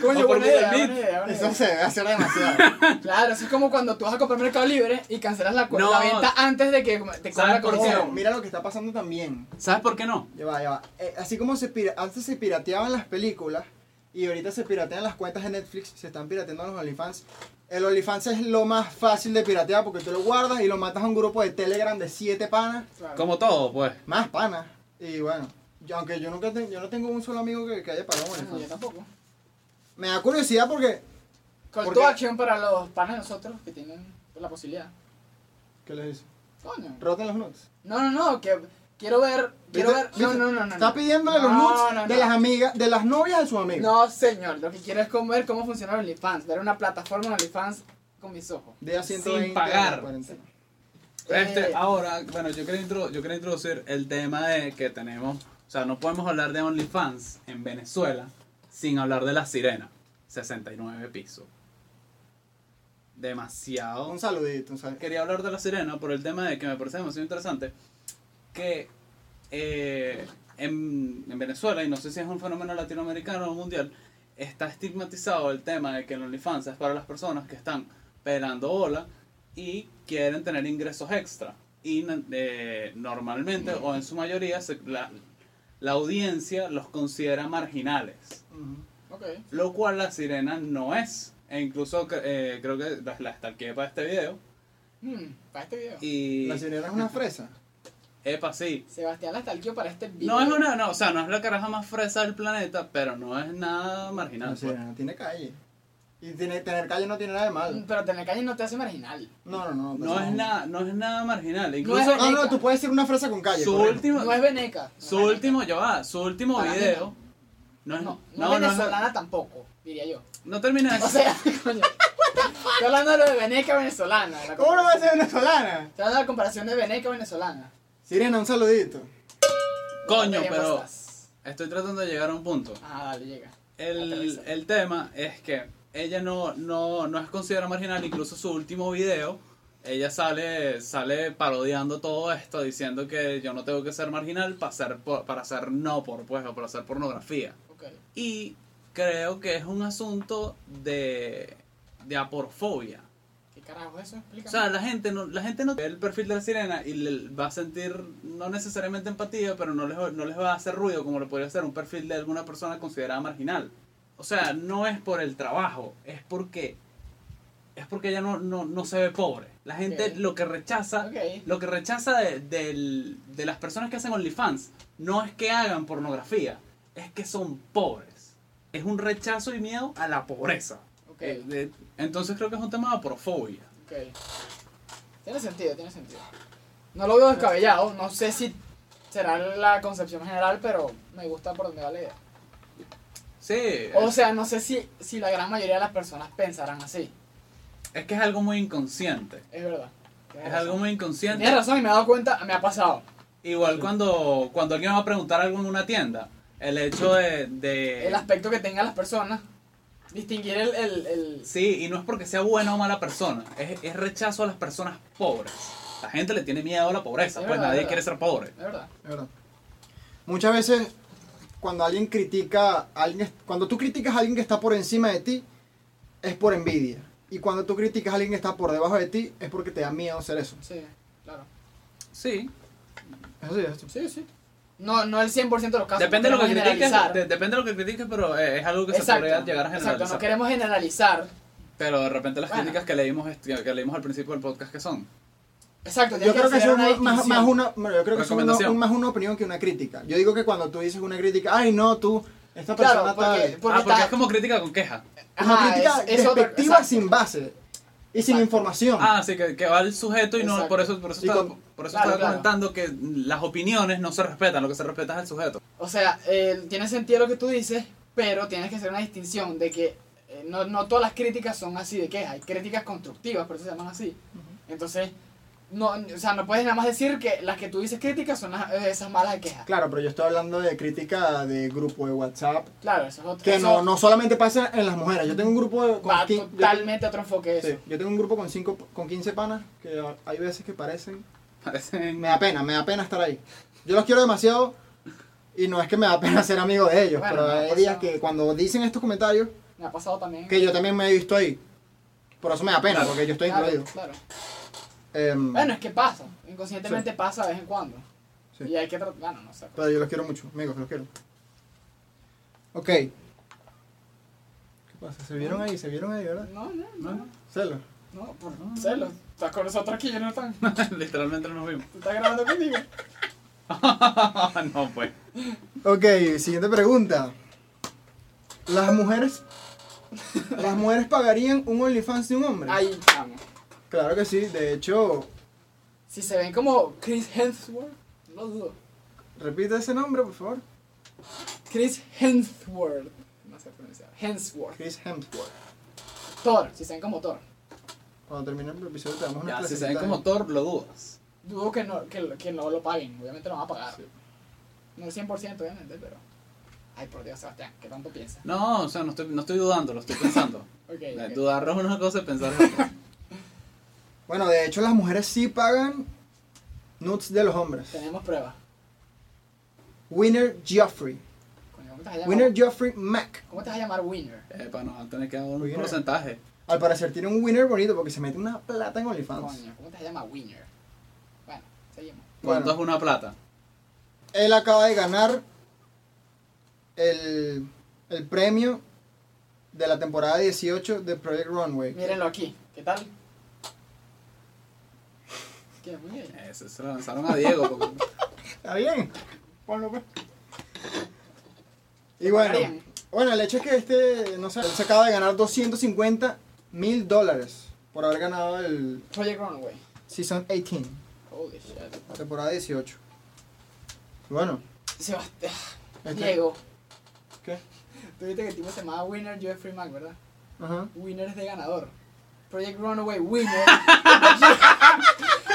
Speaker 3: Coño,
Speaker 2: o por
Speaker 3: buena idea,
Speaker 2: Google
Speaker 3: buena idea, buena
Speaker 4: Eso
Speaker 3: idea.
Speaker 4: se debe hacer demasiado.
Speaker 3: Claro, eso es como cuando tú vas a comprar Mercado Libre y cancelas la, cu-
Speaker 2: No.
Speaker 3: la venta antes de que te cobra la
Speaker 2: por qué?
Speaker 4: Ojo,
Speaker 3: comisión.
Speaker 4: mira lo que está pasando también.
Speaker 2: ¿Sabes por qué no?
Speaker 4: Ya va, ya va. Eh, así como se pira- antes se pirateaban las películas y ahorita se piratean las cuentas de Netflix, se están pirateando los OnlyFans. El OnlyFans es lo más fácil de piratear porque tú lo guardas y lo matas a un grupo de Telegram de siete panas,
Speaker 3: Claro.
Speaker 2: Como todo, pues.
Speaker 4: más panas. Y bueno, yo- aunque yo nunca ten- yo no tengo un solo amigo que, que haya pagado
Speaker 3: No, yo
Speaker 4: OnlyFans.
Speaker 3: tampoco.
Speaker 4: Me da curiosidad porque
Speaker 3: Call
Speaker 4: ¿Por
Speaker 3: to
Speaker 4: qué?
Speaker 3: action para los panes de nosotros que tienen la posibilidad.
Speaker 4: ¿qué les dice?
Speaker 3: Coño.
Speaker 4: Roten los nudes.
Speaker 3: No, no, no, que quiero ver, quiero
Speaker 4: ¿Viste?
Speaker 3: ver. No,
Speaker 4: ¿Viste?
Speaker 3: no, no, no.
Speaker 4: Está
Speaker 3: no.
Speaker 4: pidiéndole los
Speaker 3: No,
Speaker 4: nudes
Speaker 3: no,
Speaker 4: de
Speaker 3: no.
Speaker 4: las amigas, de las novias de sus amigos.
Speaker 3: No, señor, lo que quiero es como ver cómo funciona OnlyFans, ver una plataforma de OnlyFans con mis ojos.
Speaker 4: De a 120
Speaker 2: Sin pagar.
Speaker 4: a 40.
Speaker 2: Este,
Speaker 3: Eh,
Speaker 2: ahora, bueno, yo quería, intro- yo quería introducir el tema de que tenemos, o sea, no podemos hablar de OnlyFans en Venezuela sin hablar de La Sirena, 69 pisos. Demasiado.
Speaker 4: Un saludito, un saludito.
Speaker 2: Quería hablar de La Sirena por el tema de que me parece demasiado interesante, que eh, en, en Venezuela, y no sé si es un fenómeno latinoamericano o mundial, está estigmatizado el tema de que el OnlyFans es para las personas que están pelando bola y quieren tener ingresos extra. Y eh, normalmente, o en su mayoría, se- la, la audiencia los considera marginales.
Speaker 4: Ujú.
Speaker 3: ok.
Speaker 2: Lo cual la sirena no es. E incluso cre- eh, creo que la, la stalkeé para este video.
Speaker 3: Hmm, para este video.
Speaker 2: Y.
Speaker 4: La sirena es una fresa.
Speaker 2: Epa, sí.
Speaker 3: Sebastián la stalkeó para este video.
Speaker 2: No es una, no, o sea, no es la caraja más fresa del planeta, pero no es nada marginal.
Speaker 4: La
Speaker 2: pues.
Speaker 4: sirena tiene calle. Y tiene, tener calle no tiene nada de malo.
Speaker 3: Pero tener calle no te hace marginal.
Speaker 4: No, no, no.
Speaker 2: No
Speaker 4: pues
Speaker 2: es nada, no es nada marginal. Incluso
Speaker 3: es-
Speaker 4: No, no, tú puedes ser una fresa con calle.
Speaker 2: su
Speaker 4: correcto.
Speaker 2: último,
Speaker 3: No es veneca. no
Speaker 2: su
Speaker 3: es veneca.
Speaker 2: último, ya va, su último
Speaker 3: Para mí
Speaker 2: video. No es,
Speaker 3: No, no,
Speaker 2: no,
Speaker 3: es
Speaker 2: no, es-
Speaker 3: venezolana tampoco, diría yo.
Speaker 2: no termina
Speaker 3: O
Speaker 2: eso.
Speaker 3: sea, coño. Estoy hablando de lo de veneca venezolana. la
Speaker 4: ¿Cómo no va a
Speaker 3: comparación.
Speaker 4: ser venezolana?
Speaker 3: Estoy hablando de la comparación de veneca venezolana.
Speaker 4: Sirena, un saludito.
Speaker 2: Coño,
Speaker 3: Veneca
Speaker 2: pero
Speaker 3: costas.
Speaker 2: estoy tratando de llegar a un punto.
Speaker 3: Ah, dale, llega.
Speaker 2: El,
Speaker 3: Aterriza.
Speaker 2: el tema es que ella no, no, no es considerada marginal, incluso su último video, ella sale, sale parodiando todo esto, diciendo que yo no tengo que ser marginal para ser, por- para ser no por, pues, o para hacer pornografía.
Speaker 3: Ok.
Speaker 2: Y creo que es un asunto de, de aporfobia.
Speaker 3: ¿Qué carajo es eso? Explícame.
Speaker 2: O sea, la gente no, la gente no ve el perfil de la sirena y le- va a sentir no necesariamente empatía, pero no les, no les va a hacer ruido como lo podría hacer un perfil de alguna persona considerada marginal. O sea, no es por el trabajo, es porque es porque ella no, no, no se ve pobre. La gente
Speaker 3: Ok.
Speaker 2: lo que rechaza,
Speaker 3: Ok.
Speaker 2: lo que rechaza de, del- de las personas que hacen OnlyFans no es que hagan pornografía, es que son pobres. Es un rechazo y miedo a la pobreza.
Speaker 3: Ok,
Speaker 2: Eh, de- entonces creo que es un tema de aporofobia.
Speaker 3: ok. Tiene sentido, tiene sentido. No lo veo descabellado, no sé si será la concepción general, pero me gusta por donde va la idea.
Speaker 2: Sí,
Speaker 3: O
Speaker 2: es,
Speaker 3: sea, no sé si, si la gran mayoría de las personas pensarán así,
Speaker 2: es que es algo muy inconsciente.
Speaker 3: es verdad. Tienes
Speaker 2: Es
Speaker 3: razón.
Speaker 2: algo muy inconsciente.
Speaker 3: Tienes razón y me he dado cuenta, me ha pasado.
Speaker 2: Igual cuando, cuando alguien va a preguntar algo en una tienda, el hecho de... de-
Speaker 3: El aspecto que tengan las personas, distinguir el... el, el-
Speaker 2: sí, y no es porque sea buena o mala persona, es, es rechazo a las personas pobres. La gente le tiene miedo a la pobreza,
Speaker 3: Es
Speaker 2: pues
Speaker 3: verdad,
Speaker 2: nadie
Speaker 3: es verdad.
Speaker 2: quiere ser pobre.
Speaker 3: Es verdad.
Speaker 4: Es verdad. Muchas veces, cuando alguien critica, a alguien, cuando tú criticas a alguien que está por encima de ti, es por envidia. Y cuando tú criticas a alguien que está por debajo de ti, es porque te da miedo ser eso.
Speaker 3: Sí, claro.
Speaker 2: Sí,
Speaker 4: Eso sí, eso sí.
Speaker 3: Sí, sí. No, no el 100% de los casos.
Speaker 2: depende de
Speaker 3: no
Speaker 2: lo que
Speaker 3: queremos
Speaker 2: critiques,
Speaker 3: generalizar.
Speaker 2: de- depende de lo que critiques, pero eh, es algo que se
Speaker 3: Exacto,
Speaker 2: podría llegar a generalizar.
Speaker 3: Exacto, no queremos generalizar.
Speaker 2: Pero de repente las
Speaker 3: Bueno.
Speaker 2: críticas que leímos, est- que leímos al principio del podcast que son.
Speaker 3: Exacto,
Speaker 4: Yo
Speaker 3: tienes
Speaker 4: creo que
Speaker 3: hacer
Speaker 4: eso es una- más,
Speaker 3: distinción.
Speaker 4: más una, bueno, yo creo que eso es una-
Speaker 2: Recomendación.
Speaker 4: un- más una opinión que una crítica. Yo digo que cuando tú dices una crítica, ay no, tú, esta persona
Speaker 3: Claro, porque,
Speaker 4: tal",
Speaker 3: porque
Speaker 2: ah, porque
Speaker 3: está-
Speaker 2: es como crítica con queja.
Speaker 4: Una
Speaker 3: Ajá,
Speaker 4: crítica
Speaker 3: es- es otra-
Speaker 4: despectiva
Speaker 3: exacto.
Speaker 4: sin base. Y sin
Speaker 3: Exacto.
Speaker 4: información.
Speaker 2: Ah, sí, que, que va el sujeto y no,
Speaker 3: Exacto.
Speaker 2: por eso, por eso,
Speaker 4: Y
Speaker 2: estaba,
Speaker 4: con-
Speaker 2: por eso
Speaker 3: Claro,
Speaker 2: estaba
Speaker 3: claro.
Speaker 2: comentando que las opiniones no se respetan, lo que se respeta es el sujeto.
Speaker 3: O sea, eh, tiene sentido lo que tú dices, pero tienes que hacer una distinción de que eh, no, no todas las críticas son así de queja, hay críticas constructivas, por eso se llaman así. Entonces, no, o sea, no puedes nada más decir que las que tú dices críticas son las- eh, esas malas de queja.
Speaker 4: Claro, pero yo estoy hablando de crítica de grupo de WhatsApp.
Speaker 3: Claro, eso es otro.
Speaker 4: Que
Speaker 3: eso
Speaker 4: no, no solamente pasa en las mujeres. Yo tengo un grupo de, con
Speaker 3: Va
Speaker 4: quin- yo-
Speaker 3: totalmente a otro enfoque eso.
Speaker 4: sí, yo tengo un grupo con cinco, con 15 panas que a- hay veces que parecen.
Speaker 2: Parecen.
Speaker 4: Me da pena, me da pena estar ahí. Yo los quiero demasiado y no es que me da pena ser amigo de ellos,
Speaker 3: Bueno,
Speaker 4: pero
Speaker 3: no
Speaker 4: hay
Speaker 3: pasa
Speaker 4: días
Speaker 3: nada.
Speaker 4: que cuando dicen estos comentarios,
Speaker 3: Me ha pasado también.
Speaker 4: que yo también me he visto ahí. Por eso me da pena,
Speaker 2: Claro,
Speaker 4: porque yo estoy
Speaker 3: claro,
Speaker 4: incluido.
Speaker 3: claro.
Speaker 4: Em,
Speaker 3: Bueno, es que pasa, inconscientemente pasa de vez en cuando.
Speaker 4: Sí.
Speaker 3: Y hay que tratar, bueno, no sé.
Speaker 4: Pero yo los quiero mucho, amigos, los quiero. Ok. ¿Qué pasa? ¿Se vieron ahí? ¿Se vieron ahí, verdad?
Speaker 3: No, no, no,
Speaker 4: Celo.
Speaker 3: no, por celos. Estás con nosotros aquí, Jonathan.
Speaker 2: Literalmente no nos vimos.
Speaker 3: Tú estás grabando conmigo.
Speaker 2: no, pues.
Speaker 4: Ok, siguiente pregunta. Las mujeres. Las mujeres pagarían un OnlyFans de un hombre.
Speaker 3: Ahí vamos.
Speaker 4: Claro que sí, de hecho,
Speaker 3: Si se ven como Chris Hemsworth, no dudo.
Speaker 4: repite ese nombre, por favor.
Speaker 3: Chris Hemsworth. No sé pronunciar. Hemsworth.
Speaker 4: Chris Hemsworth.
Speaker 3: Thor. Si se ven como Thor.
Speaker 4: Cuando termine el episodio te damos una
Speaker 2: Ya, si se
Speaker 4: clasecita
Speaker 2: ven
Speaker 4: de-
Speaker 2: como Thor, lo dudas.
Speaker 3: Dudo que no, que, lo- que no lo paguen. Obviamente lo van a pagar. No el 100% obviamente, pero... Ay, por Dios, Sebastián. ¿Qué tanto piensas?
Speaker 2: No, o sea, no estoy, no estoy dudando, lo estoy pensando.
Speaker 3: Ok.
Speaker 4: Eh,
Speaker 2: La-
Speaker 3: ok.
Speaker 2: Dudar es una cosa y pensar es otra.
Speaker 4: Bueno, de hecho, las mujeres sí pagan nudes de los hombres.
Speaker 3: Tenemos pruebas.
Speaker 4: Winner Geoffrey.
Speaker 3: Coño, ¿Cómo te vas a llamar?
Speaker 4: Winner Geoffrey Mac.
Speaker 3: ¿Cómo te vas a llamar Winner?
Speaker 2: Epa, nos van a tener que dar un
Speaker 4: Oye, no.
Speaker 2: porcentaje.
Speaker 4: Al parecer tiene un winner bonito porque se mete una plata en OnlyFans.
Speaker 3: Coño, ¿cómo te llamas Winner? Bueno, seguimos.
Speaker 2: ¿Cuánto
Speaker 4: Bueno.
Speaker 2: es una plata?
Speaker 4: Él acaba de ganar el, el premio de la temporada 18 de Project Runway.
Speaker 3: Mírenlo aquí. ¿Qué tal? Qué muy bien.
Speaker 2: Eh, se, se lo lanzaron a Diego. porque-
Speaker 4: ¿Está bien? Ponlo pues. Y bueno,
Speaker 3: Bien.
Speaker 4: bueno, el hecho es que este, no sé, él se acaba de ganar 250 mil dólares por haber ganado el
Speaker 3: Project Runway.
Speaker 4: Season 18,
Speaker 3: Holy shit.
Speaker 4: la temporada 18. Y bueno,
Speaker 3: Sebastián.
Speaker 4: este-
Speaker 3: Diego.
Speaker 4: ¿Qué?
Speaker 3: Tú viste que el tipo se llamaba Winner Jeffrey Mac, ¿verdad?
Speaker 4: Ajá.
Speaker 3: Winner es de ganador. Project Runaway Winner.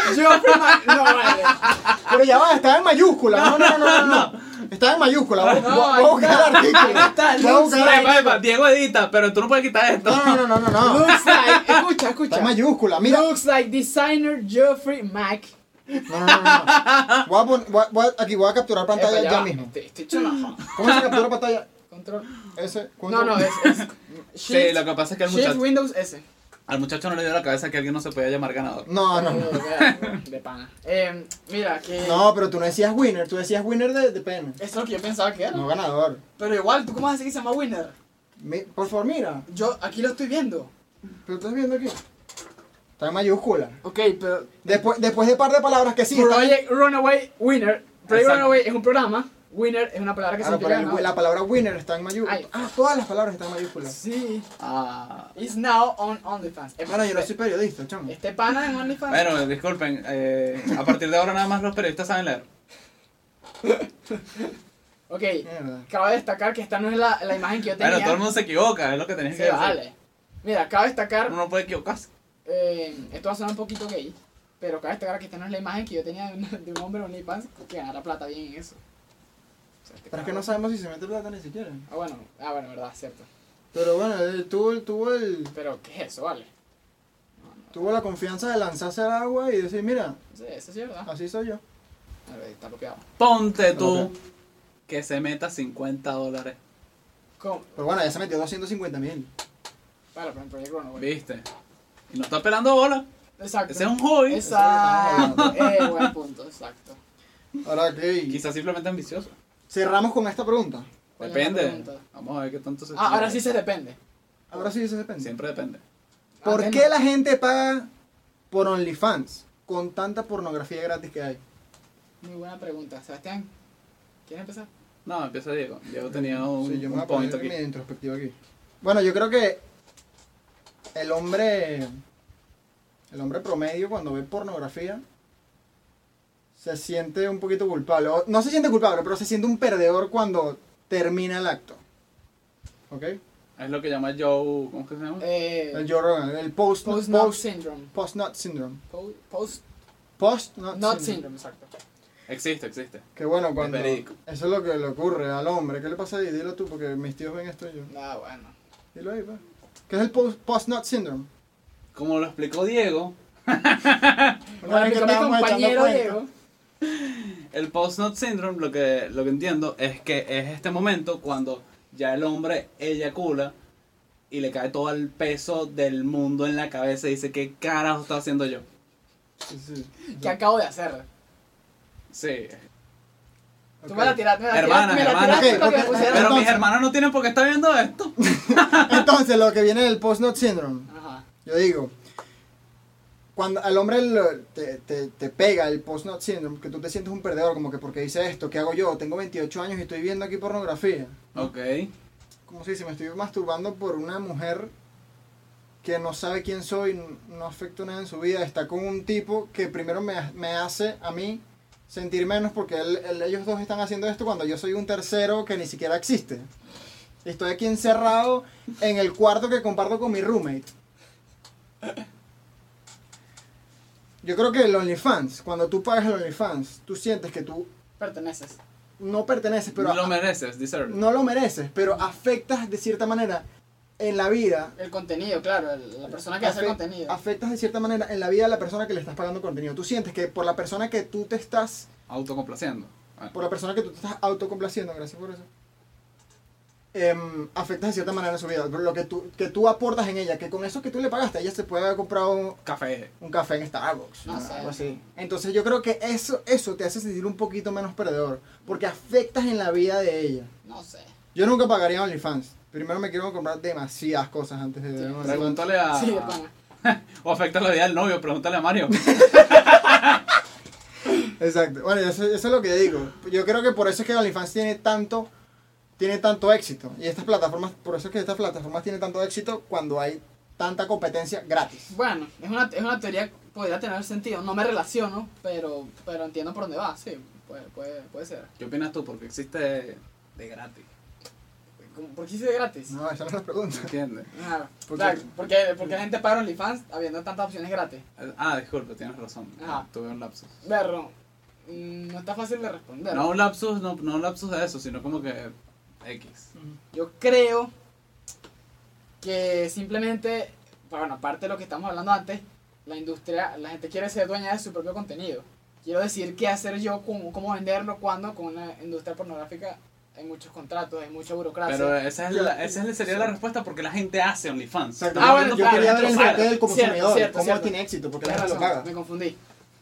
Speaker 3: Jeffrey Mac. No vale.
Speaker 4: Pero ya va, estaba en mayúscula. No, no, no, no. no, Estaba en mayúscula. Voy,
Speaker 3: No,
Speaker 4: voy-
Speaker 3: ahí
Speaker 4: voy a buscar el artículo.
Speaker 3: Ahí está,
Speaker 4: Voy a buscar el
Speaker 2: Epa,
Speaker 4: artículo.
Speaker 2: epa, Diego edita, pero tú no puedes quitar esto.
Speaker 4: No, no, no, no, no. no.
Speaker 3: Looks like. Escucha, escucha.
Speaker 4: Está en mayúscula. Mira. No,
Speaker 3: Looks like designer Jeffrey Mac.
Speaker 4: no, no. no, no. Voy a pon- voy a- voy a- aquí voy a capturar pantalla
Speaker 3: Epa,
Speaker 4: ya,
Speaker 3: va.
Speaker 4: mismo.
Speaker 3: Estoy, estoy chonado.
Speaker 4: ¿Cómo se captura pantalla?
Speaker 3: Control.
Speaker 4: Ese.
Speaker 3: No, no, eh. es. es
Speaker 2: Sí,
Speaker 3: Shift-
Speaker 2: lo que pasa es que al
Speaker 3: Shift
Speaker 2: muchacho,
Speaker 3: Windows S.
Speaker 2: al muchacho no le dio la cabeza que alguien no se podía llamar ganador.
Speaker 4: Ah, No, no, no.
Speaker 3: De pana. Eh, mira, que.
Speaker 4: No, pero tú no decías winner. Tú decías winner de, de pena.
Speaker 3: Eso es lo que yo pensaba que era.
Speaker 4: No ganador.
Speaker 3: Pero igual, ¿tú cómo vas a decir que se llama Winner?
Speaker 4: Mi- por favor, mira.
Speaker 3: Yo aquí lo estoy viendo.
Speaker 4: ¿Pero estás viendo aquí? Está en mayúscula.
Speaker 3: Ok, pero.
Speaker 4: Después, después de par de palabras que sí. está-
Speaker 3: Project Runaway Winner. Project
Speaker 2: Exacto.
Speaker 3: Runaway es un programa. Winner es una palabra que
Speaker 4: Claro, pero
Speaker 3: significa.
Speaker 4: el-
Speaker 3: ganador.
Speaker 4: Ah, la palabra winner está en mayúscula.
Speaker 3: Ay.
Speaker 4: Ah, todas las palabras están en mayúsculas.
Speaker 3: Sí.
Speaker 2: Ah.
Speaker 3: It's now on OnlyFans. Eh,
Speaker 4: Bueno, yo no soy periodista, chamo.
Speaker 3: Este pana en OnlyFans.
Speaker 2: Bueno, disculpen, eh, a partir de ahora nada más los periodistas saben leer.
Speaker 3: Ok.
Speaker 4: Mierda.
Speaker 3: Cabe destacar que esta no es la, la imagen que yo tenía.
Speaker 2: Bueno, todo el mundo se equivoca, es lo que tenés que
Speaker 3: Se
Speaker 2: decir.
Speaker 3: vale. Mira, cabe destacar.
Speaker 2: Uno no puede equivocarse.
Speaker 3: Eh, esto va a sonar un poquito gay, pero cabe destacar que esta no es la imagen que yo tenía de un, de un hombre en OnlyFans que ganara plata bien en eso. O sea, este
Speaker 4: Pero es que
Speaker 3: carajo-
Speaker 4: no sabemos si se mete plata ni siquiera.
Speaker 3: Ah, bueno, ah, bueno, verdad, cierto.
Speaker 4: Pero bueno, él tuvo, el- tuvo, el,
Speaker 3: Pero, ¿qué es eso, vale?
Speaker 4: tuvo la confianza de lanzarse al agua y decir, mira,
Speaker 3: Sí, eso sí es verdad.
Speaker 4: así soy yo.
Speaker 3: A ver, está bloqueado.
Speaker 2: Ponte tú
Speaker 4: Ok.
Speaker 2: que se meta 50 dólares.
Speaker 3: ¿Cómo?
Speaker 4: Pero bueno, ya se metió 250 mil.
Speaker 3: Para, por ejemplo, yo creo no, güey.
Speaker 2: ¿Viste? Y no está pelando bola.
Speaker 3: Exacto.
Speaker 2: Ese es un hobby.
Speaker 3: Exacto. Eh, buen punto, exacto.
Speaker 4: Ahora, ¿qué?
Speaker 2: Quizás simplemente ambicioso.
Speaker 4: Cerramos con esta pregunta.
Speaker 3: ¿Cuál es la
Speaker 2: Depende.
Speaker 3: pregunta?
Speaker 2: Vamos a ver qué tanto se
Speaker 3: Ah, ahora sí se depende.
Speaker 4: Ahora sí se depende.
Speaker 2: Siempre depende.
Speaker 4: ¿Por
Speaker 3: Ah,
Speaker 4: qué
Speaker 3: bueno.
Speaker 4: la gente paga por OnlyFans con tanta pornografía gratis que hay?
Speaker 3: Muy buena pregunta. Sebastián, ¿quieres empezar?
Speaker 2: No, empieza Diego. Diego tenía un,
Speaker 4: Sí, yo me
Speaker 2: un
Speaker 4: voy a
Speaker 2: point
Speaker 4: poner
Speaker 2: aquí.
Speaker 4: mi introspectiva aquí. Bueno, yo creo que el hombre el hombre promedio cuando ve pornografía se siente un poquito culpable. O- no se siente culpable, pero se siente un perdedor cuando termina el acto. ¿Ok?
Speaker 2: Es lo que llama Joe. ¿Cómo que se llama?
Speaker 3: Eh,
Speaker 4: El Joe Rogan, el post
Speaker 3: post
Speaker 4: post
Speaker 3: nut syndrome.
Speaker 4: post nut syndrome.
Speaker 3: Po- Post
Speaker 4: Post nut
Speaker 3: nut
Speaker 4: syndrome.
Speaker 3: syndrome, exacto.
Speaker 2: Existe, existe.
Speaker 4: Que bueno, cuando
Speaker 2: verídico.
Speaker 4: eso es lo que le ocurre al hombre. ¿Qué le pasa ahí? Dilo tú porque mis tíos ven esto y yo.
Speaker 3: Nada, Ah, bueno.
Speaker 4: Dilo ahí, pa. ¿Qué es el post post nut syndrome?
Speaker 2: Como lo explicó Diego,
Speaker 4: Una vez que
Speaker 3: mi
Speaker 4: estábamos echando
Speaker 3: compañero
Speaker 4: cuenta.
Speaker 3: Diego.
Speaker 2: el post-nut syndrome, lo que, lo que entiendo es que es este momento cuando ya el hombre eyacula y le cae todo el peso del mundo en la cabeza y dice: ¿Qué carajo está haciendo yo?
Speaker 4: Sí, sí.
Speaker 3: ¿Qué acabo de hacer?
Speaker 2: Sí.
Speaker 3: Tú
Speaker 4: Ok.
Speaker 3: me la tiraste, me la
Speaker 2: Hermana,
Speaker 3: tiraste, me la
Speaker 2: hermana.
Speaker 3: tiraste
Speaker 4: Ok,
Speaker 3: para que
Speaker 4: ok,
Speaker 3: me pusieras-
Speaker 2: Pero mis
Speaker 4: entonces-
Speaker 2: hermanos no tienen por qué estar viendo esto.
Speaker 4: Entonces, lo que viene del post-nut syndrome,
Speaker 3: Ajá.
Speaker 4: yo digo, cuando al hombre lo- te, te- te pega el post-nut syndrome, que tú te sientes un perdedor, como que porque hice esto, ¿qué hago yo? Tengo 28 años y estoy viendo aquí pornografía.
Speaker 2: Ok.
Speaker 4: Como si se me estoy masturbando por una mujer que no sabe quién soy, n- no afecto nada en su vida, está con un tipo que primero me, ha- me hace a mí sentir menos porque él- él- ellos dos están haciendo esto cuando yo soy un tercero que ni siquiera existe. Estoy aquí encerrado en el cuarto que comparto con mi roommate. Yo creo que el OnlyFans, cuando tú pagas el OnlyFans, tú sientes que tú
Speaker 3: Perteneces.
Speaker 4: no perteneces, pero
Speaker 2: lo
Speaker 4: a-
Speaker 2: mereces, deserve. it.
Speaker 4: no lo mereces, pero afectas de cierta manera en la vida.
Speaker 3: El contenido, claro, el- la persona que hace el
Speaker 4: Afe-
Speaker 3: contenido.
Speaker 4: Afectas de cierta manera en la vida de la persona que le estás pagando contenido. Tú sientes que por la persona que tú te estás,
Speaker 2: Autocomplaciendo. Ah, Bueno.
Speaker 4: por la persona que tú te estás autocomplaciendo, gracias por eso, em, afectas de cierta manera en su vida. Lo que tú, que tú aportas en ella, que con eso que tú le pagaste, ella se puede haber comprado un,
Speaker 2: Café.
Speaker 4: un café en Starbucks.
Speaker 3: No
Speaker 4: ¿no?
Speaker 3: sé.
Speaker 4: Algo así. Entonces yo creo que eso, eso te hace sentir un poquito menos perdedor, porque afectas en la vida de ella.
Speaker 3: No sé.
Speaker 4: Yo nunca pagaría OnlyFans. Primero me quiero comprar demasiadas cosas antes de...
Speaker 3: Sí,
Speaker 4: ver OnlyFans.
Speaker 2: Pregúntale
Speaker 4: Ah.
Speaker 2: a.
Speaker 3: Sí, de pana.
Speaker 2: o afecta la vida del novio, pregúntale a Mario.
Speaker 4: Exacto. Bueno, eso, eso es lo que yo digo. Yo creo que por eso es que OnlyFans tiene tanto, tiene tanto éxito. Y estas plataformas, por eso es que estas plataformas tienen tanto éxito cuando hay tanta competencia gratis.
Speaker 3: Bueno, es una, es una teoría que podría tener sentido. No me relaciono, pero, pero entiendo por dónde va. Sí, puede, puede, puede ser.
Speaker 2: ¿Qué opinas tú? Porque existe de gratis.
Speaker 3: ¿Cómo- ¿Por qué hice gratis?
Speaker 4: No, esa no es la pregunta.
Speaker 2: ¿Me entiendes?
Speaker 3: Claro.
Speaker 4: ¿Por
Speaker 3: Claro,
Speaker 4: qué?
Speaker 3: porque, porque la gente paga OnlyFans habiendo tantas opciones gratis.
Speaker 2: Ah, disculpa, tienes razón.
Speaker 3: Ajá.
Speaker 2: Tuve un lapsus.
Speaker 3: Berro, mm, no está fácil de responder.
Speaker 2: No un lapsus, no, no un lapsus de eso, sino como que X.
Speaker 3: Yo creo que simplemente, bueno, aparte de lo que estamos hablando antes, la industria, la gente quiere ser dueña de su propio contenido. Quiero decir qué hacer yo, cómo, cómo venderlo, cuándo, con una industria pornográfica hay muchos contratos, hay mucha burocracia.
Speaker 2: Pero esa, es la, esa es- sería la respuesta porque la gente hace OnlyFans.
Speaker 4: Exacto.
Speaker 3: Ah, bueno,
Speaker 4: yo
Speaker 3: claro,
Speaker 4: quería ver el
Speaker 3: claro.
Speaker 4: papel del consumidor,
Speaker 3: Cierto, cierto,
Speaker 4: cómo
Speaker 3: cierto.
Speaker 4: tiene éxito, porque la
Speaker 3: Tienes
Speaker 4: gente lo
Speaker 3: razón,
Speaker 4: paga.
Speaker 3: me confundí.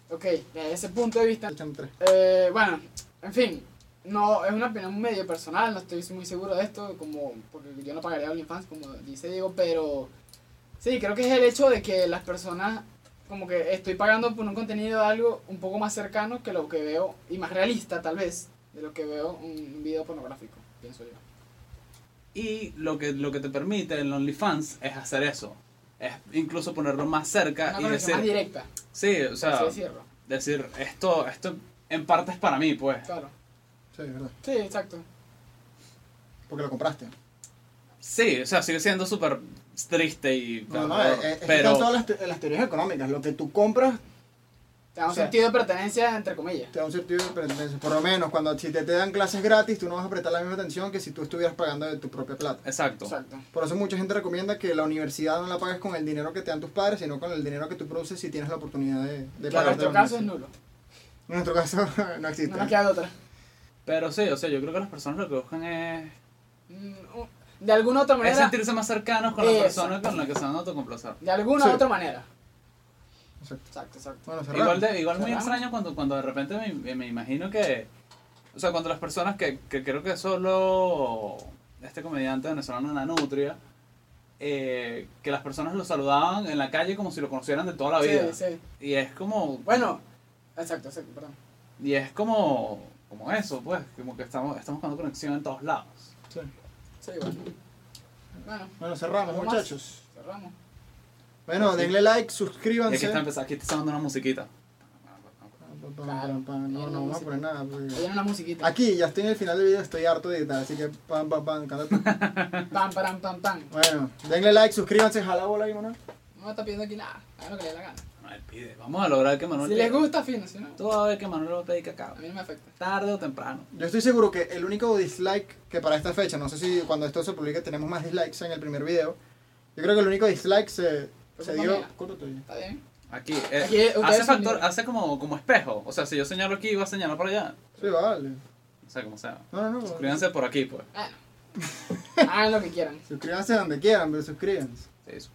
Speaker 3: Ok, desde ese punto de vista,
Speaker 4: Echan tres.
Speaker 3: Eh, bueno, en fin, no es una opinión medio personal, no estoy muy seguro de esto, como porque yo no pagaría OnlyFans, como dice Diego, pero sí, creo que es el hecho de que las personas, como que estoy pagando por un contenido de algo un poco más cercano que lo que veo, y más realista tal vez, de lo que veo un video pornográfico, pienso yo.
Speaker 2: Y lo que, lo que te permite el OnlyFans es hacer eso. Es incluso ponerlo más cerca
Speaker 3: Una
Speaker 2: Ah, y Ah.
Speaker 3: conexión
Speaker 2: decir.
Speaker 3: más directa,
Speaker 2: Sí, o
Speaker 3: por así
Speaker 2: sea,
Speaker 3: decirlo,
Speaker 2: decir, esto, esto en parte es para mí, pues.
Speaker 3: claro.
Speaker 4: Sí, es verdad.
Speaker 3: Sí, exacto.
Speaker 4: Porque lo compraste.
Speaker 2: Sí, o sea, sigue siendo súper triste y.
Speaker 4: No, no,
Speaker 2: pero-
Speaker 4: es- es que están
Speaker 2: pero.
Speaker 4: todas las, te- las teorías económicas. Lo que tú compras
Speaker 3: Te da un
Speaker 4: O sea,
Speaker 3: sentido de pertenencia, entre comillas.
Speaker 4: te da un sentido de pertenencia. Por lo menos, cuando si te, te dan clases gratis, tú no vas a prestar la misma atención que si tú estuvieras pagando de tu propia plata.
Speaker 2: Exacto.
Speaker 3: Exacto.
Speaker 4: Por eso mucha gente recomienda que la universidad no la pagues con el dinero que te dan tus padres, sino con el dinero que tú produces si tienes la oportunidad de, de
Speaker 3: Claro, en
Speaker 4: pagarte
Speaker 3: nuestro
Speaker 4: la
Speaker 3: caso es
Speaker 4: universidad.
Speaker 3: nulo.
Speaker 4: En nuestro caso no existe.
Speaker 3: No nos queda de otra.
Speaker 2: Pero sí, o sea, yo creo que las personas lo que buscan es,
Speaker 3: Mm, un- De alguna otra
Speaker 2: es
Speaker 3: manera.
Speaker 2: sentirse más cercanos con la
Speaker 3: Exacto.
Speaker 2: persona con la que se van a autocomplacer.
Speaker 3: De alguna
Speaker 4: Sí.
Speaker 3: otra manera.
Speaker 4: Exacto.
Speaker 3: Exacto, exacto.
Speaker 4: Bueno, cerramos.
Speaker 2: Igual, de- igual muy
Speaker 3: Cerramos.
Speaker 2: extraño cuando, cuando de repente me, me- me imagino que. O sea, cuando las personas que, que creo que solo este comediante venezolano Nanutria, eh, que las personas lo saludaban en la calle como si lo conocieran de toda la vida.
Speaker 3: Sí, sí.
Speaker 2: Y es como.
Speaker 3: Bueno, exacto, exacto, perdón.
Speaker 2: Y es como. Como eso, pues. Como que estamos, estamos buscando conexión en todos lados.
Speaker 4: Sí.
Speaker 3: Sí, bueno. Bueno,
Speaker 4: Bueno, cerramos,
Speaker 3: ¿Algo más?
Speaker 4: muchachos.
Speaker 3: cerramos.
Speaker 4: Bueno,
Speaker 2: Sí.
Speaker 4: denle like,
Speaker 2: Y aquí
Speaker 4: suscríbanse. Ah,
Speaker 2: está empezando, aquí está sonando una musiquita.
Speaker 4: Claro, no, no vamos a poner nada. porque-
Speaker 3: Hay una musiquita.
Speaker 4: Aquí, ya estoy en el final del video, estoy harto de editar, así que pam, pam, pam, cállate.
Speaker 3: Pam, pam, pam, pam.
Speaker 4: Bueno, denle like, suscríbanse, jala bola y una.
Speaker 3: No me está pidiendo aquí nada. Hagan lo que le dé la gana.
Speaker 2: Manuel pide. Vamos a lograr que Manuel
Speaker 3: Si
Speaker 2: pida.
Speaker 3: les gusta, fino. Si no,
Speaker 2: Tú vas a ver que Manuel va a pedir
Speaker 3: a
Speaker 2: cacao.
Speaker 3: mí no me afecta.
Speaker 2: Tarde o temprano.
Speaker 4: Yo estoy seguro que el único dislike que para esta fecha, no sé si cuando esto se publique tenemos más dislikes en el primer video. Yo creo que el único dislike se,
Speaker 3: Pues
Speaker 4: se
Speaker 3: no
Speaker 4: dio.
Speaker 3: mía.
Speaker 4: Culpa tuya.
Speaker 3: Está bien.
Speaker 2: Aquí, eh,
Speaker 3: Aquí, ustedes
Speaker 2: hace
Speaker 3: son
Speaker 2: factor,
Speaker 3: libres.
Speaker 2: hace como, como espejo. O sea, si yo señalo aquí, va a señalar para allá.
Speaker 4: Sí, vale.
Speaker 2: O sea, como sea.
Speaker 4: No, no, no.
Speaker 2: Suscríbanse por aquí, pues.
Speaker 3: Bueno. Hagan lo que quieran.
Speaker 4: Suscríbanse donde quieran, pero suscríbanse.
Speaker 2: Sí, suscríbanse.